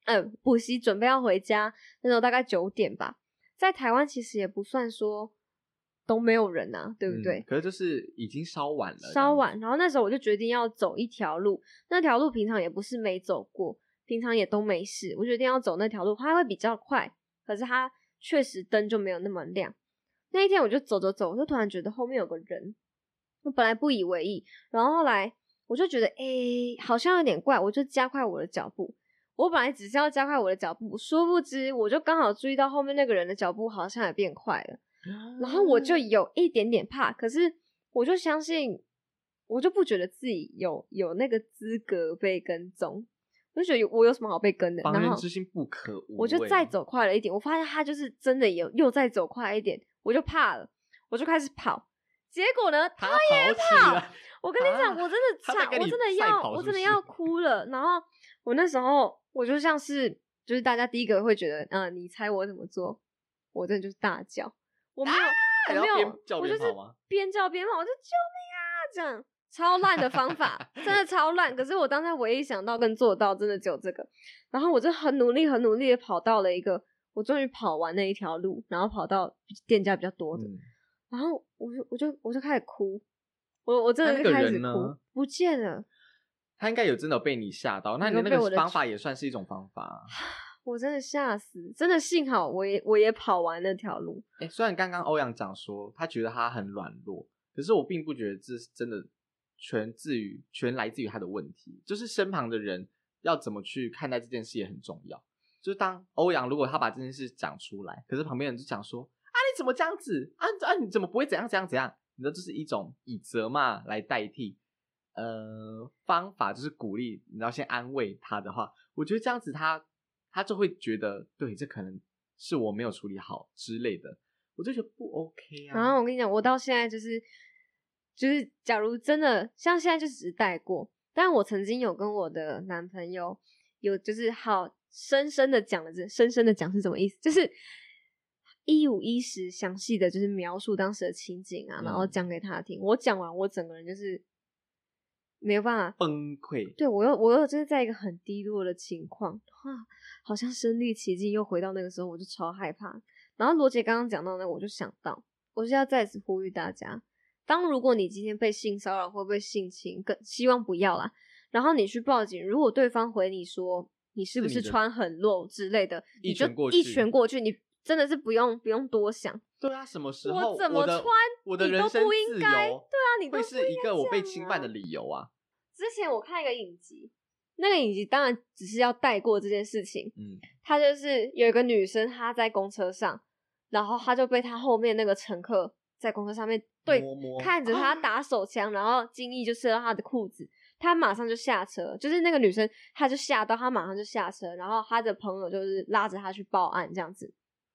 Speaker 1: 嗯、补习准备要回家，那时候大概九点吧，在台湾其实也不算说都没有人啊，对不对
Speaker 3: 嗯？可是就是已经稍晚了，
Speaker 1: 稍晚，然后那时候我就决定要走一条路，那条路平常也不是没走过，平常也都没事，我决定要走那条路，它会比较快，可是它确实灯就没有那么亮。那一天我就走走走，我就突然觉得后面有个人，我本来不以为意，然后后来我就觉得诶、好像有点怪，我就加快我的脚步。我本来只是要加快我的脚步，殊不知我就刚好注意到后面那个人的脚步好像也变快了。
Speaker 3: 晚
Speaker 1: 然后我就
Speaker 3: 嗯
Speaker 1: 有一点点怕，可是我就相信，我就不觉得自己有有那个资格被跟踪，我就觉得有我有什么好被跟的，
Speaker 3: 防
Speaker 1: 然
Speaker 3: 人
Speaker 1: 后
Speaker 3: 之心不可无、
Speaker 1: 我就再，走快了一点，我发现他就是真的有又再走快一点，我就怕了，我就开始跑，结果呢，他
Speaker 3: 他跑
Speaker 1: 也
Speaker 3: 起来
Speaker 1: 跑，我跟你讲，
Speaker 3: 啊
Speaker 1: 我真的
Speaker 3: 他
Speaker 1: 差
Speaker 3: 在，跟
Speaker 1: 我
Speaker 3: 你
Speaker 1: 真的
Speaker 3: 赛
Speaker 1: 要，
Speaker 3: 跑
Speaker 1: 我
Speaker 3: 是不
Speaker 1: 真的
Speaker 3: 是
Speaker 1: 要哭了。然后我那时候我就像是，就是大家第一个会觉得，嗯、你猜我怎么做？我真的就是大叫，我没有，
Speaker 3: 啊然
Speaker 1: 我没
Speaker 3: 后
Speaker 1: 有
Speaker 3: 边，叫
Speaker 1: 我就
Speaker 3: 边
Speaker 1: 是
Speaker 3: 跑吗
Speaker 1: 边叫边跑，我就救命啊！这样超烂的方法，真的超烂。可是我当下唯一想到跟做到，真的只有这个。然后我就很努力、很努力的跑到了一个，我终于跑完那一条路，然后跑到店家比较多的。
Speaker 3: 嗯
Speaker 1: 然后我就我就我就开始哭，我我真
Speaker 3: 那
Speaker 1: 的
Speaker 3: 那
Speaker 1: 就
Speaker 3: 个
Speaker 1: 开
Speaker 3: 人
Speaker 1: 始
Speaker 3: 呢
Speaker 1: 哭，不见了，
Speaker 3: 他应该有真的被你吓到，那你
Speaker 1: 有
Speaker 3: 那
Speaker 1: 被我
Speaker 3: 个
Speaker 1: 的
Speaker 3: 方法也算是一种方法啊。
Speaker 1: 我真的吓死，真的幸好我也我也跑完那条路，
Speaker 3: 哎，虽然刚刚欧阳讲说他觉得他很软弱，可是我并不觉得这是真的全自于全来自于他的问题，就是身旁的人要怎么去看待这件事也很重要。就是当欧阳如果他把这件事讲出来，可是旁边人就讲说啊你怎么这样子啊你啊你怎么不会怎样怎样怎样？你知道这是一种以责骂来代替，呃方法就是鼓励，你要先安慰他的话，我觉得这样子他他就会觉得对这可能是我没有处理好之类的，我就觉得不 OK 啊。
Speaker 1: 然后我跟你讲，我到现在就是就是，假如真的像现在就只是带过，但我曾经有跟我的男朋友有就是好深深的讲了这，深深的讲是什么意思？就是一五一十详细的就是描述当时的情景啊，然后
Speaker 3: 嗯
Speaker 1: 讲给他听。我讲完，我整个人就是没有办法
Speaker 3: 崩溃，
Speaker 1: 对我又我又就是在一个很低落的情况，哇，好像身临其境，又回到那个时候，我就超害怕。然后罗姐刚刚讲到那个，我就想到，我是要再次呼吁大家，当如果你今天被性骚扰或被性侵，更希望不要啦。然后你去报警，如果对方回你说你是不
Speaker 3: 是你
Speaker 1: 是
Speaker 3: 的
Speaker 1: 穿很露之类的，
Speaker 3: 一
Speaker 1: 你就
Speaker 3: 拳过
Speaker 1: 一
Speaker 3: 去
Speaker 1: 拳过去，你真的是不用不用多想，
Speaker 3: 对啊，什么时
Speaker 1: 我
Speaker 3: 候
Speaker 1: 怎么
Speaker 3: 的
Speaker 1: 穿
Speaker 3: 我的
Speaker 1: 你
Speaker 3: 人
Speaker 1: 都
Speaker 3: 生
Speaker 1: 不应
Speaker 3: 自
Speaker 1: 该
Speaker 3: 由
Speaker 1: 对啊你
Speaker 3: 会
Speaker 1: 都不
Speaker 3: 是一
Speaker 1: 应该
Speaker 3: 个我
Speaker 1: 这
Speaker 3: 被
Speaker 1: 样
Speaker 3: 侵
Speaker 1: 啊
Speaker 3: 犯的理由啊？
Speaker 1: 之前我看一个影集，那个影集当然只是要带过这件事情，
Speaker 3: 嗯，
Speaker 1: 她就是有一个女生，她在公车上，然后她就被她后面那个乘客在公车上面对
Speaker 3: 摸摸啊
Speaker 1: 看着她打手枪，然后精液就射到她的裤子，她马上就下车，就是那个女生，她就吓到，她马上就下车，然后她的朋友就是拉着她去报案这样子，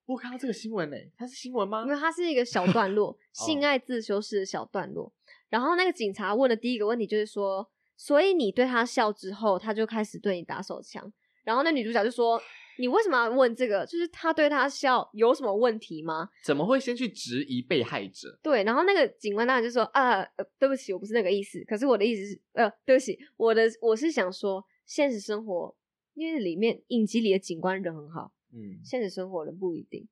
Speaker 3: 我看到这个新闻呢、欸它是新闻吗
Speaker 1: 因？为它是一个小段
Speaker 3: 哦
Speaker 1: 落，性爱自修室的小段落。然后那个警察问的第一个问题就是说，所以你对他笑之后，他就开始对你打手枪。然后那女主角就说：“你为什么要问这个？就是他对他笑有什么问题吗
Speaker 3: 怎么会先去质疑被害者？”？
Speaker 1: 对。然后那个警官当然就说：“啊、呃，对不起，我不是那个意思。可是我的意思是，呃，对不起，我的我是想说，现实生活因为里面影集里的警官人很好，
Speaker 3: 嗯，
Speaker 1: 现实生活人不一定。”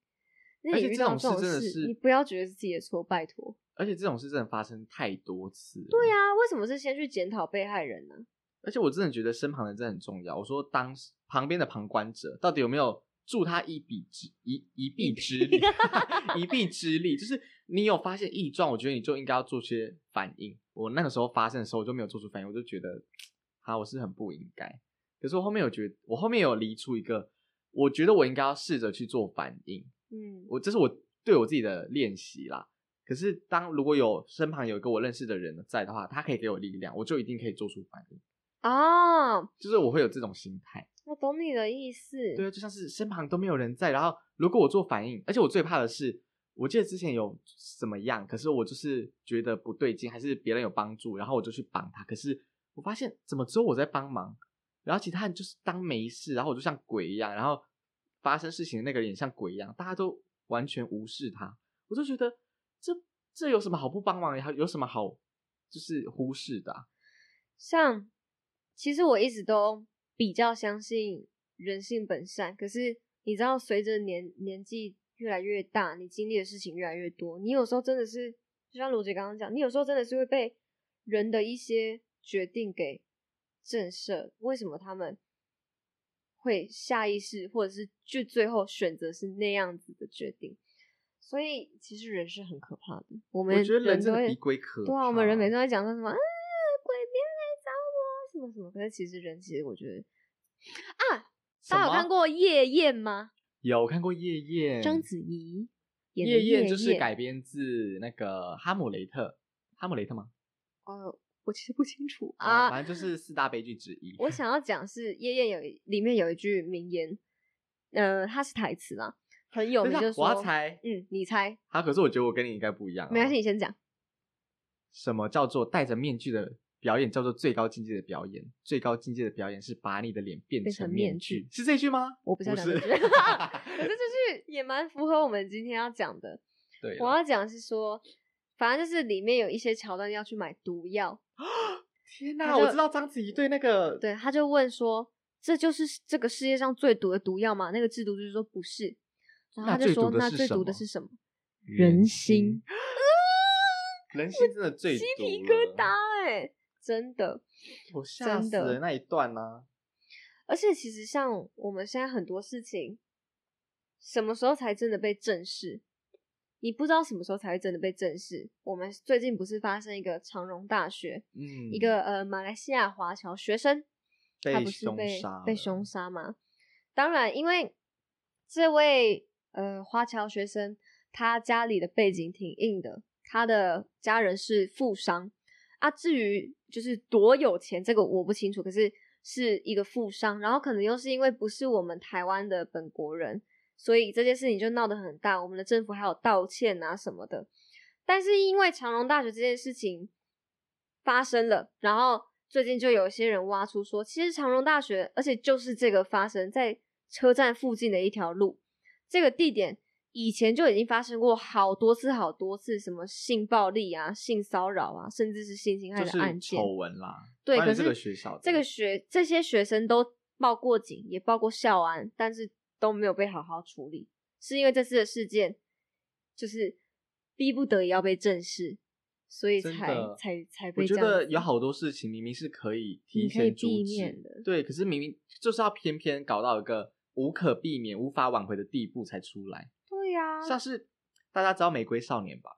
Speaker 1: 那
Speaker 3: 而
Speaker 1: 你
Speaker 3: 且
Speaker 1: 遇
Speaker 3: 这
Speaker 1: 到
Speaker 3: 种
Speaker 1: 这种
Speaker 3: 事真的
Speaker 1: 事，
Speaker 3: 是
Speaker 1: 你不要觉得是自己的错，拜托。
Speaker 3: 而且这种事真的发生太多次。
Speaker 1: 对、啊呀、为什么是先去检讨被害人呢、
Speaker 3: 而且我真的觉得身旁的人真的很重要。我说当时旁边的旁观者到底有没有助他一臂之一一臂之 力，一臂之力，就是你有发现异状，我觉得你就应该要做些反应。我那个时候发生的时候，我就没有做出反应，我就觉得啊，我是很不应该。可是我后面有觉得，我后面有理出一个，我觉得我应该要试着去做反应。
Speaker 1: 嗯，
Speaker 3: 我这是我对我自己的练习啦。可是当如果有身旁有一个我认识的人在的话，他可以给我力量，我就一定可以做出反应。
Speaker 1: 哦，
Speaker 3: 就是我会有这种心态。
Speaker 1: 我懂你的意思。
Speaker 3: 对啊，就像是身旁都没有人在，然后如果我做反应，而且我最怕的是，我记得之前有怎么样，可是我就是觉得不对劲，还是别人有帮助，然后我就去帮他，可是我发现怎么只有我在帮忙，然后其他人就是当没事，然后我就像鬼一样，然后发生事情的那个人也像鬼一样，大家都完全无视他，我就觉得这这有什么好不帮忙，然后有什么好就是忽视的啊、
Speaker 1: 像其实我一直都比较相信人性本善，可是你知道，随着年年纪越来越大，你经历的事情越来越多，你有时候真的是，就像罗姐刚刚讲，你有时候真的是会被人的一些决定给震慑。为什么他们会下意识，或者是就最后选择是那样子的决定？所以其实人是很可怕的，我们
Speaker 3: 我觉得人
Speaker 1: 都
Speaker 3: 真的
Speaker 1: 会
Speaker 3: 比鬼可怕。
Speaker 1: 对啊，我们人每次都在讲说什么，啊，鬼别来找我，什么什么。可是其实人，其实我觉得，啊，
Speaker 3: 什
Speaker 1: 大家有
Speaker 3: 么嗯
Speaker 1: 看过《夜宴》吗？
Speaker 3: 有看过夜宴，
Speaker 1: 章子怡演的
Speaker 3: 夜宴
Speaker 1: 宴
Speaker 3: 就是改编自那个《哈姆雷特》，哈姆雷特吗？
Speaker 1: 哦，我其实不清楚
Speaker 3: 啊，
Speaker 1: 啊。
Speaker 3: 反正就是四大悲剧之一。
Speaker 1: 我想要讲是《夜宴》有一里面有一句名言，呃，它是台词啦，很有
Speaker 3: 等一
Speaker 1: 名，
Speaker 3: 下
Speaker 1: 就是
Speaker 3: 我要
Speaker 1: 说，
Speaker 3: 猜，
Speaker 1: 嗯，你猜，
Speaker 3: 啊，可是我觉得我跟你应该不一样哦。
Speaker 1: 没关系，你先讲。
Speaker 3: 什么叫做戴着面具的表演叫做最高境界的表演？最高境界的表演是把你的脸变
Speaker 1: 变
Speaker 3: 成
Speaker 1: 成面
Speaker 3: 面具
Speaker 1: 具，
Speaker 3: 是这句吗？
Speaker 1: 我不是要讲
Speaker 3: 是
Speaker 1: 这句 可是这句也蛮符合我们今天要讲的，
Speaker 3: 对啦，
Speaker 1: 我要讲的是说，反正就是里面有一些桥段要去买毒药，
Speaker 3: 天
Speaker 1: 他
Speaker 3: 哪，
Speaker 1: 就
Speaker 3: 我知道章子怡对那个
Speaker 1: 对，他就问说，这就是这个世界上最毒的毒药吗？那个制毒就是说不是，然后
Speaker 3: 那
Speaker 1: 他就
Speaker 3: 最毒
Speaker 1: 说
Speaker 3: 的
Speaker 1: 那
Speaker 3: 是
Speaker 1: 最
Speaker 3: 什
Speaker 1: 毒的
Speaker 3: 么
Speaker 1: 是什么？
Speaker 3: 人
Speaker 1: 人
Speaker 3: 心
Speaker 1: 心，
Speaker 3: 人心真的最
Speaker 1: 鸡
Speaker 3: 毒
Speaker 1: 皮
Speaker 3: 了
Speaker 1: 疙瘩，哎、真的。
Speaker 3: 我吓
Speaker 1: 真
Speaker 3: 死
Speaker 1: 的
Speaker 3: 了那一段啊呢。
Speaker 1: 而且其实像我们现在很多事情，什么时候才真的被正视？你不知道什么时候才会真的被正视。我们最近不是发生一个长荣大学、
Speaker 3: 嗯，
Speaker 1: 一个呃马来西亚华侨学生，他
Speaker 3: 被
Speaker 1: 不是
Speaker 3: 凶
Speaker 1: 被
Speaker 3: 杀
Speaker 1: 被
Speaker 3: 了
Speaker 1: 凶杀吗？当然，因为这位呃华侨学生，他家里的背景挺硬的，他的家人是富商啊。至于就是多有钱，这个我不清楚，可是是一个富商，然后可能又是因为不是我们台湾的本国人，所以这件事情就闹得很大。我们的政府还有道歉啊什么的，但是因为长隆大学这件事情发生了，然后最近就有一些人挖出说，其实长隆大学，而且就是这个发生在车站附近的一条路，这个地点以前就已经发生过好多次、好多次什么性暴力啊、性骚扰啊，甚至是性侵害
Speaker 3: 就
Speaker 1: 的
Speaker 3: 是
Speaker 1: 案件。
Speaker 3: 丑闻啦，
Speaker 1: 对，
Speaker 3: 关于
Speaker 1: 可
Speaker 3: 这
Speaker 1: 是
Speaker 3: 个学校的
Speaker 1: 这个学这些学生都报过警，也报过校安，但是都没有被好好处理，是因为这次的事件就是逼不得已要被正视，所以
Speaker 3: 真
Speaker 1: 才
Speaker 3: 的
Speaker 1: 才才被
Speaker 3: 我觉
Speaker 1: 这样
Speaker 3: 得
Speaker 1: 子
Speaker 3: 有好多事情明明是可以提
Speaker 1: 你可以
Speaker 3: 前阻
Speaker 1: 避
Speaker 3: 止
Speaker 1: 免的
Speaker 3: 对，可是明明就是要偏偏搞到一个无可避免、无法挽回的地步才出来，
Speaker 1: 对呀、
Speaker 3: 像是大家知道《玫瑰少年》吧？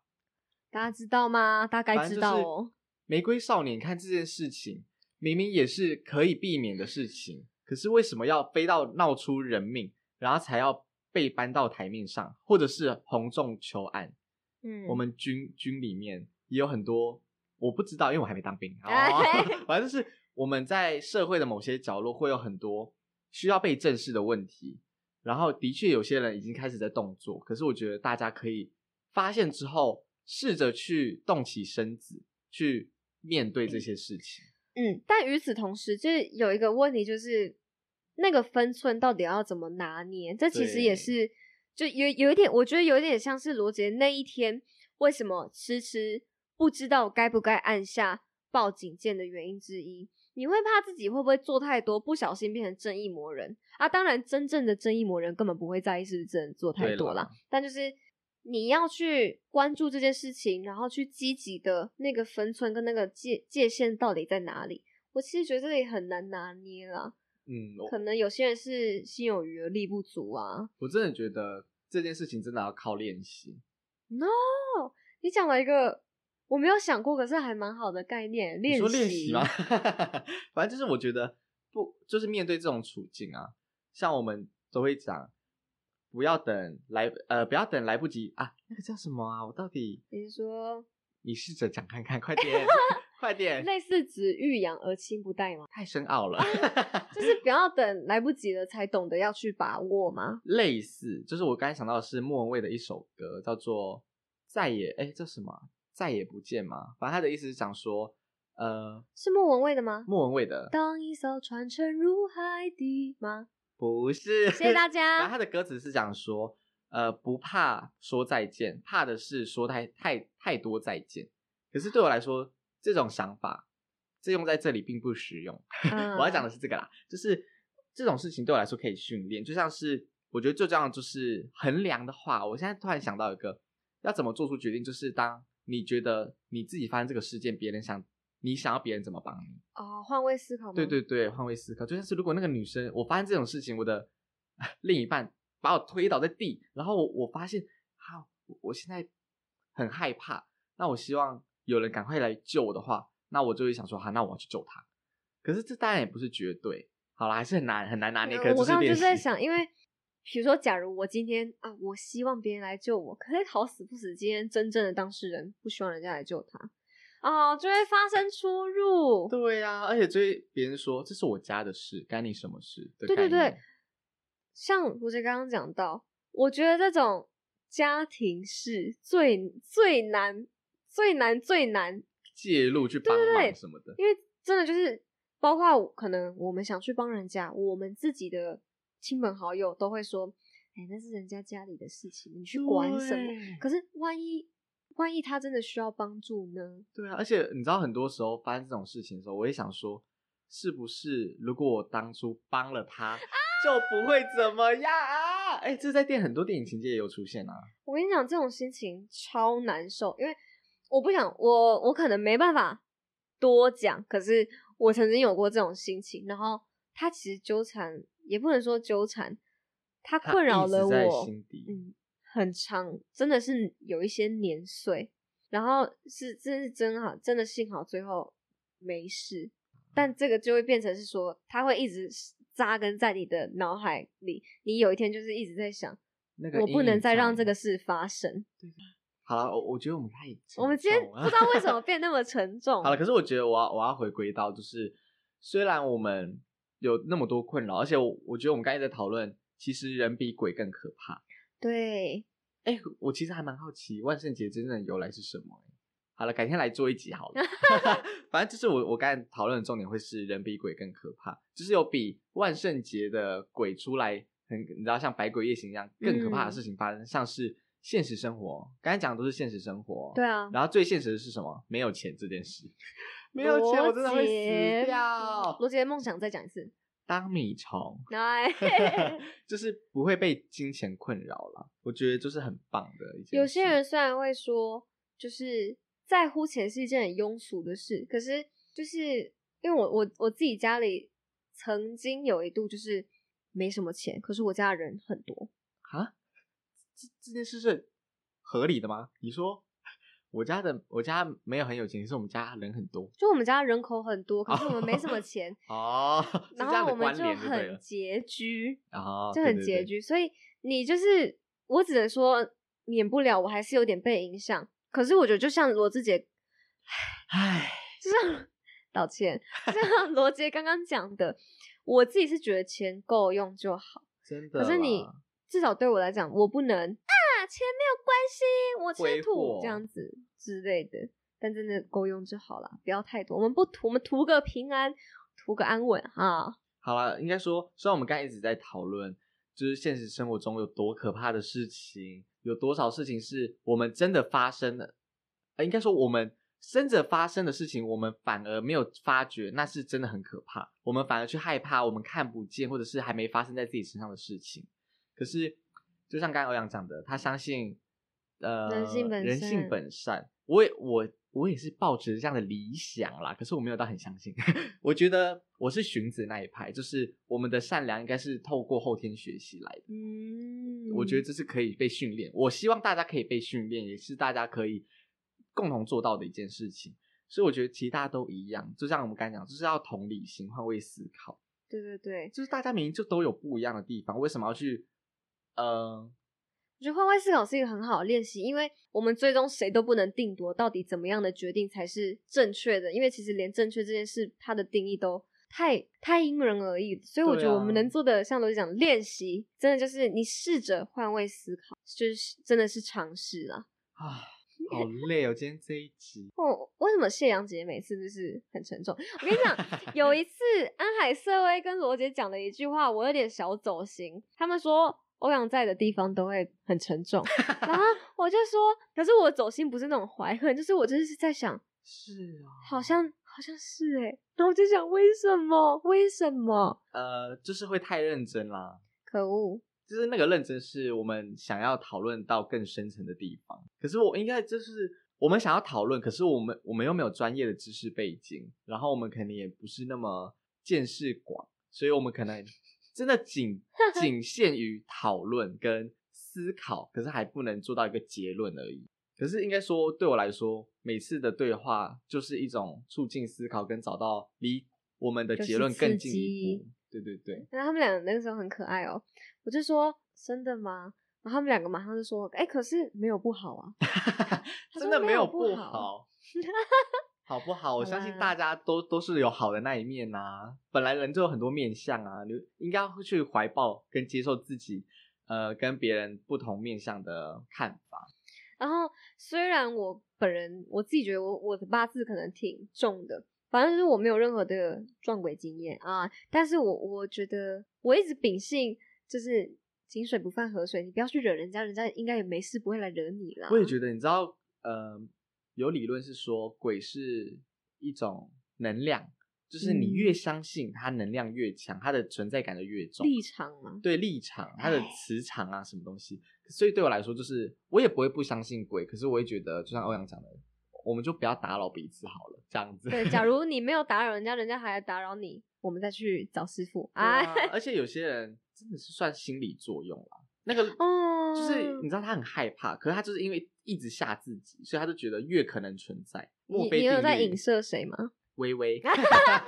Speaker 1: 大家知道吗？大概
Speaker 3: 反正
Speaker 1: 知
Speaker 3: 就
Speaker 1: 道
Speaker 3: 是
Speaker 1: 哦。
Speaker 3: 玫瑰少年》，看这件事情明明也是可以避免的事情，可是为什么要飞到闹出人命，然后才要被搬到台面上，或者是红中求案？
Speaker 1: 嗯，
Speaker 3: 我们军军里面也有很多我不知道，因为我还没 当兵。
Speaker 1: 哎
Speaker 3: 哦、反正就是我们在社会的某些角落会有很多需要被正视的问题，然后的确有些人已经开始在动作，可是我觉得大家可以发现之后，试着去动起身子，去面对这些事情。
Speaker 1: 嗯，但与此同时，就是有一个问题，就是那个分寸到底要怎么拿捏？这其实也
Speaker 3: 对
Speaker 1: 是，就有有一点，我觉得有一点像是罗杰那一天为什么迟迟不知道该不该按下报警键的原因之一。你会怕自己会不会做太多，不小心变成正义魔人啊？当然，真正的正义魔人根本不会在意是不是真的做太
Speaker 3: 对
Speaker 1: 多
Speaker 3: 啦
Speaker 1: 啦，但就是你要去关注这件事情，然后去积极的那个分寸跟那个界界限到底在哪里？我其实觉得这个也很难拿捏啦，
Speaker 3: 嗯，我
Speaker 1: 可能有些人是心有余而力不足啊。
Speaker 3: 我真的觉得这件事情真的要靠练习。
Speaker 1: No，你讲了一个我没有想过，可是还蛮好的概念，
Speaker 3: 你
Speaker 1: 练
Speaker 3: 说
Speaker 1: 习
Speaker 3: 练习吗？ 反正就是我觉得不，就是面对这种处境啊，像我们都会讲，不要等来呃，不要等来不及啊，那个叫什么啊？我到底
Speaker 1: 你是说
Speaker 3: 你试着讲看看，快点，快 点，
Speaker 1: 类似子欲养而亲不待吗？
Speaker 3: 太深奥了。
Speaker 1: 就是不要等来不及了才懂得要去把握吗？
Speaker 3: 类似，就是我刚才想到的是莫文蔚的一首歌，叫做《再也》，哎，这什么啊？再也不见吗？反正他的意思是讲说，呃，
Speaker 1: 是莫文蔚的吗？
Speaker 3: 莫文蔚的
Speaker 1: 当一艘船沉入海底吗？
Speaker 3: 不是，
Speaker 1: 谢谢大
Speaker 3: 然后
Speaker 1: 家
Speaker 3: 他。的歌词是讲说，呃，不怕说再见，怕的是说太太太多再见。可是对我来说，这种想法，这用在这里并不实用。
Speaker 1: 嗯
Speaker 3: 我要讲的是这个啦，就是这种事情对我来说可以训练，就像是我觉得最重要的就是衡量的话，我现在突然想到一个，要怎么做出决定，就是当你觉得你自己发生这个事件，别人想你想要别人怎么帮你。
Speaker 1: 哦，换位思考吗？
Speaker 3: 对对对，换位思考，就像是如果那个女生，我发现这种事情，我的另一半把我推倒在地，然后我我发现，啊，我我现在很害怕，那我希望有人赶快来救我的话，那我就会想说，好、那我要去救他。可是这当然也不是绝对，好啦，还是很难很难拿捏。
Speaker 1: 嗯
Speaker 3: 可能
Speaker 1: 我刚刚就
Speaker 3: 练
Speaker 1: 是在
Speaker 3: 习
Speaker 1: 想，因为比如说，假如我今天啊，我希望别人来救我，可是好死不死，今天真正的当事人不希望人家来救他，哦，就会发生出入。
Speaker 3: 对呀、而且追别人说这是我家的事，干你什么事？
Speaker 1: 对对
Speaker 3: 概念
Speaker 1: 对，像罗杰刚刚讲到，我觉得这种家庭是最最难、最难、最难
Speaker 3: 介入去帮
Speaker 1: 对
Speaker 3: 忙什么的，
Speaker 1: 因为真的就是包括我可能我们想去帮人家，我们自己的亲朋好友都会说：“哎，那是人家家里的事情，你去管什么
Speaker 3: 对？”
Speaker 1: 可是万一万一他真的需要帮助呢？
Speaker 3: 对啊，而且你知道，很多时候发生这种事情的时候，我也想说，是不是如果我当初帮了
Speaker 1: 啊
Speaker 3: 他，就不会怎么样啊？哎、这在电很多电影情节也有出现啊。
Speaker 1: 我跟你讲，这种心情超难受，因为我不想，我我可能没办法多讲，可是我曾经有过这种心情，然后他其实纠缠，也不能说纠缠，他
Speaker 3: 它
Speaker 1: 困扰
Speaker 3: 一直
Speaker 1: 了
Speaker 3: 在
Speaker 1: 我，
Speaker 3: 心底。
Speaker 1: 嗯，很长，真的是有一些年岁，然后是真是真好，真的幸好最后没事，但这个就会变成是说，它会一直扎根在你的脑海里，你有一天就是一直在想，
Speaker 3: 那个
Speaker 1: 我
Speaker 3: 阴
Speaker 1: 不能
Speaker 3: 影
Speaker 1: 再让
Speaker 3: 在
Speaker 1: 这个事发生。
Speaker 3: 好了，我我觉得我们太
Speaker 1: 我们
Speaker 3: 沉
Speaker 1: 今天
Speaker 3: 重
Speaker 1: 不知
Speaker 3: 了
Speaker 1: 道为什么变那么沉重，
Speaker 3: 好了，可是我觉得我要我要回归到，就是虽然我们有那么多困扰，而且我我觉得我们刚才在讨论，其实人比鬼更可怕。
Speaker 1: 对，
Speaker 3: 哎、我其实还蛮好奇万圣节真正的由来是什么、欸。好了，改天来做一集好 了。 反正就是我我刚才讨论的重点会是人比鬼更可怕，就是有比万圣节的鬼出来很你知道像百鬼夜行一样更可
Speaker 1: 嗯
Speaker 3: 怕的事情发生，像是现实生活，刚才讲的都是现实生活。
Speaker 1: 对啊，
Speaker 3: 然后最现实的是什么？没有钱这 件事，没有钱
Speaker 1: 罗
Speaker 3: 我真的会
Speaker 1: 杰
Speaker 3: 死掉。
Speaker 1: 罗杰的梦想再讲一次，
Speaker 3: 当米 虫，
Speaker 1: 来，
Speaker 3: 就是不会被金钱困扰了。我觉得就是很棒的一件事。
Speaker 1: 有些人虽然会说，就是在乎钱是一件很庸俗的事，可是就是因为我我我自己家里曾经有一度就是没什么钱，可是我家人很多，
Speaker 3: 啊，这这件事是合理的吗？你说我家的我家没有很有钱，是我们家人很多，
Speaker 1: 就我们家人口很多，可是我们没什么钱
Speaker 3: 哦， 是
Speaker 1: 然
Speaker 3: 这样
Speaker 1: 后
Speaker 3: 的
Speaker 1: 我们
Speaker 3: 关
Speaker 1: 就
Speaker 3: 联就对
Speaker 1: 很
Speaker 3: 了
Speaker 1: 拮据，
Speaker 3: 哦
Speaker 1: 就
Speaker 3: 对
Speaker 1: 很
Speaker 3: 对
Speaker 1: 拮
Speaker 3: 对
Speaker 1: 据，所以你就是我只能说免不了我还是有点被影响，可是我觉得就像罗志杰
Speaker 3: 唉，
Speaker 1: 就像道歉，就像 罗杰刚刚讲的，我自己是觉得钱够用就好。
Speaker 3: 真的
Speaker 1: 可
Speaker 3: 啦。
Speaker 1: 是你至少对我来讲，我不能啊，钱没有关系，我
Speaker 3: 挥
Speaker 1: 吃土
Speaker 3: 霍
Speaker 1: 这样子之类的。但真的够用就好啦，不要太多。我们不图，我们图个平安，图个安稳哈。
Speaker 3: 好了，应该说，虽然我们刚才一直在讨论，就是现实生活中有多可怕的事情，有多少事情是我们真的发生的，呃，应该说我们真的发生的事情，我们反而没有发觉，那是真的很可怕。我们反而去害怕我们看不见或者是还没发生在自己身上的事情。可是，就像刚才欧阳讲的，他相信，呃，
Speaker 1: 人性本
Speaker 3: 人性
Speaker 1: 善
Speaker 3: 本善。我也我我也是抱持这样的理想啦，可是我没有到很相信。我觉得我是荀子那一派，就是我们的善良应该是透过后天学习来的。
Speaker 1: 嗯，
Speaker 3: 我觉得这是可以被训练，我希望大家可以被训练，也是大家可以共同做到的一件事情。所以我觉得其实大家都一样，就像我们刚才讲，就是要同理心、换位思考。
Speaker 1: 对对对，
Speaker 3: 就是大家明明就都有不一样的地方，为什么要去？呃，
Speaker 1: 我觉得换位思考是一个很好的练习，因为我们最终谁都不能定夺到底怎么样的决定才是正确的，因为其实连正确这件事，它的定义都太太因人而异。所以我觉
Speaker 3: 对
Speaker 1: 得
Speaker 3: 啊
Speaker 1: 我们能做的，像罗姐讲练习，真的就是你试着换位思考，就是真的是尝试啦。
Speaker 3: 啊，好累哦，今天这一集。
Speaker 1: 哦，为什么谢阳姐每次就是很沉重？我跟你讲，有一次安海瑟薇跟罗姐讲了一句话，我有点小走心。他们说欧阳在的地方都会很沉重，然后我就说，可是我走心不是那种怀恨，就是我真的是在想，
Speaker 3: 是啊、
Speaker 1: 好像好像是哎、然后我就想为什么？为什么？
Speaker 3: 呃，就是会太认真啦。
Speaker 1: 可恶！
Speaker 3: 就是那个认真是我们想要讨论到更深层的地方。可是我应该就是我们想要讨论，可是我们我们又没有专业的知识背景，然后我们可能也不是那么见识广，所以我们可能真的 仅仅限于讨论跟思考，可是还不能做到一个结论而已。可是应该说，对我来说，每次的对话就是一种促进思考跟找到离我们的
Speaker 1: 就是
Speaker 3: 结论更
Speaker 1: 刺
Speaker 3: 近一
Speaker 1: 激
Speaker 3: 步。对对对，
Speaker 1: 然后他们两个那个时候很可爱哦，我就说真的吗？然后他们两个马上就说，哎、可是没有不好啊。他
Speaker 3: 真
Speaker 1: 说
Speaker 3: 的
Speaker 1: 没
Speaker 3: 没
Speaker 1: 有
Speaker 3: 有
Speaker 1: 不
Speaker 3: 不
Speaker 1: 好
Speaker 3: 好，好不好？我
Speaker 1: 好
Speaker 3: 相信
Speaker 1: 啦
Speaker 3: 大家都都是有好的那一面啊。本来人就有很多面相啊，你应该会去怀抱跟接受自己，呃，跟别人不同面相的看法。
Speaker 1: 然后虽然我本人我自己觉得我我的八字可能挺重的，反正就是我没有任何的撞鬼经验啊，但是我我觉得我一直秉性就是井水不犯河水，你不要去惹人家，人家应该也没事不会来惹你啦。
Speaker 3: 我也觉得，你知道，呃，有理论是说鬼是一种能量，就是你
Speaker 1: 嗯
Speaker 3: 越相信它，能量越强，它的存在感就越重。
Speaker 1: 立场啊嘛，
Speaker 3: 对立场、它的
Speaker 1: 唉
Speaker 3: 磁场啊，什么东西。所以对我来说，就是我也不会不相信鬼，可是我会觉得，就像欧阳讲的，我们就不要打扰彼此好了，这样子。
Speaker 1: 对， 啊假如你没有打扰人家，人家还来打扰你，我们再去找师傅。
Speaker 3: 对啊
Speaker 1: 哎，
Speaker 3: 而且有些人真的是算心理作用啦，那个
Speaker 1: 哦，
Speaker 3: 就是你知道他很害怕，可是他就是因为一直吓自己，所以他就觉得月可能存在。墨
Speaker 1: 你
Speaker 3: 菲
Speaker 1: 你有
Speaker 3: 定
Speaker 1: 在
Speaker 3: 律
Speaker 1: 影射谁吗？
Speaker 3: 微微，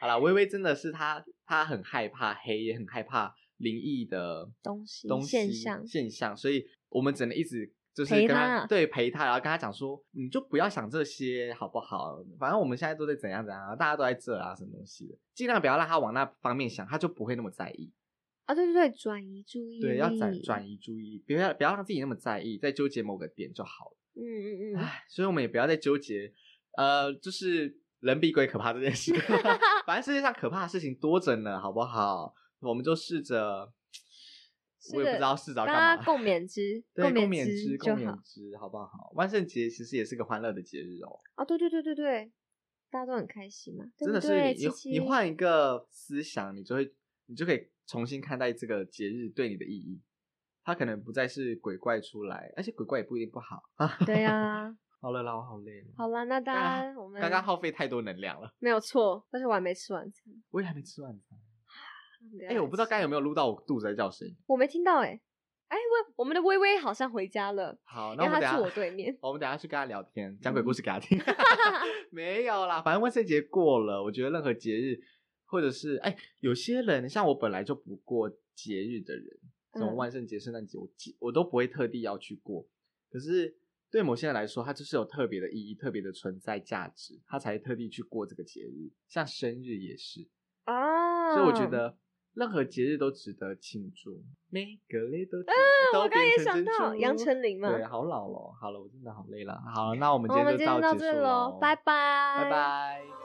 Speaker 3: 好啦，微微真的是他，他很害怕黑，也很害怕灵异的
Speaker 1: 东西
Speaker 3: 东西
Speaker 1: 现象
Speaker 3: 现象，所以我们只能一直就是
Speaker 1: 陪
Speaker 3: 跟他
Speaker 1: 他
Speaker 3: 对陪他，然后跟他讲说，你就不要想这些好不好？反正我们现在都在怎样怎样啊，大家都在这啊，什么东西的，尽量不要让他往那方面想，他就不会那么在意。
Speaker 1: 啊，对对对，转移注意力，
Speaker 3: 对，要转转移注意力，不要不要让自己那么在意，在纠结某个点就好了。
Speaker 1: 嗯嗯 嗯，
Speaker 3: 唉，所以我们也不要再纠结，呃，就是人比鬼可怕这件事。 反正世界上可怕的事情多着呢，好不好？我们就试着，
Speaker 1: 是
Speaker 3: 我也不
Speaker 1: 的
Speaker 3: 知道试着
Speaker 1: 大
Speaker 3: 干
Speaker 1: 家
Speaker 3: 嘛。
Speaker 1: 共勉之，
Speaker 3: 对，共
Speaker 1: 勉
Speaker 3: 之，
Speaker 1: 就
Speaker 3: 共
Speaker 1: 好
Speaker 3: 勉。之，好不好？万圣节其实也是个欢乐的节日哦，
Speaker 1: 啊，对对对对对，大家都很开心嘛，对
Speaker 3: 真的
Speaker 1: 不
Speaker 3: 是
Speaker 1: 对
Speaker 3: 你
Speaker 1: 七
Speaker 3: 你
Speaker 1: 七
Speaker 3: 换一个思想，你就会你就可以重新看待这个节日对你的意义。它可能不再是鬼怪出来，而且鬼怪也不一定不好。
Speaker 1: 对啊，
Speaker 3: 好了啦，我好累了，
Speaker 1: 好啦，那大
Speaker 3: 刚
Speaker 1: 家我们
Speaker 3: 刚刚耗费太多能量了，
Speaker 1: 没有错，但是我还没吃完餐。
Speaker 3: 我也还没吃晚餐。
Speaker 1: 哎
Speaker 3: 哎、我不知道刚才有没有录到我肚子在叫声音。
Speaker 1: 我没听到哎、哎，我我们的微微好像回家了，
Speaker 3: 好，
Speaker 1: 因
Speaker 3: 那
Speaker 1: 为
Speaker 3: 我们等
Speaker 1: 她
Speaker 3: 下。
Speaker 1: 住我对面 嗯
Speaker 3: 我们等下去跟他聊天，讲鬼故事给他听。 没有啦，反正万圣节过了，我觉得任何节日，或者是哎、有些人像我本来就不过节日的人，什么
Speaker 1: 嗯
Speaker 3: 万圣节、圣诞节，我记我都不会特地要去过。可是对某些人来说，它就是有特别的意义、特别的存在价值，他才特地去过这个节日。像生日也是，
Speaker 1: 啊，
Speaker 3: 所以我觉得任何节日都值得庆祝，每个 little
Speaker 1: 嗯，
Speaker 3: 都
Speaker 1: 我刚刚
Speaker 3: 变
Speaker 1: 也
Speaker 3: 成
Speaker 1: 想
Speaker 3: 珍
Speaker 1: 到
Speaker 3: 珠
Speaker 1: 杨丞琳嘛。
Speaker 3: 对，好老了，好了，我真的好累了。好，那我们
Speaker 1: 好
Speaker 3: 今
Speaker 1: 我们今
Speaker 3: 天就
Speaker 1: 天
Speaker 3: 到
Speaker 1: 到
Speaker 3: 结
Speaker 1: 这
Speaker 3: 束
Speaker 1: 喽
Speaker 3: 咯，
Speaker 1: 拜拜，
Speaker 3: 拜拜。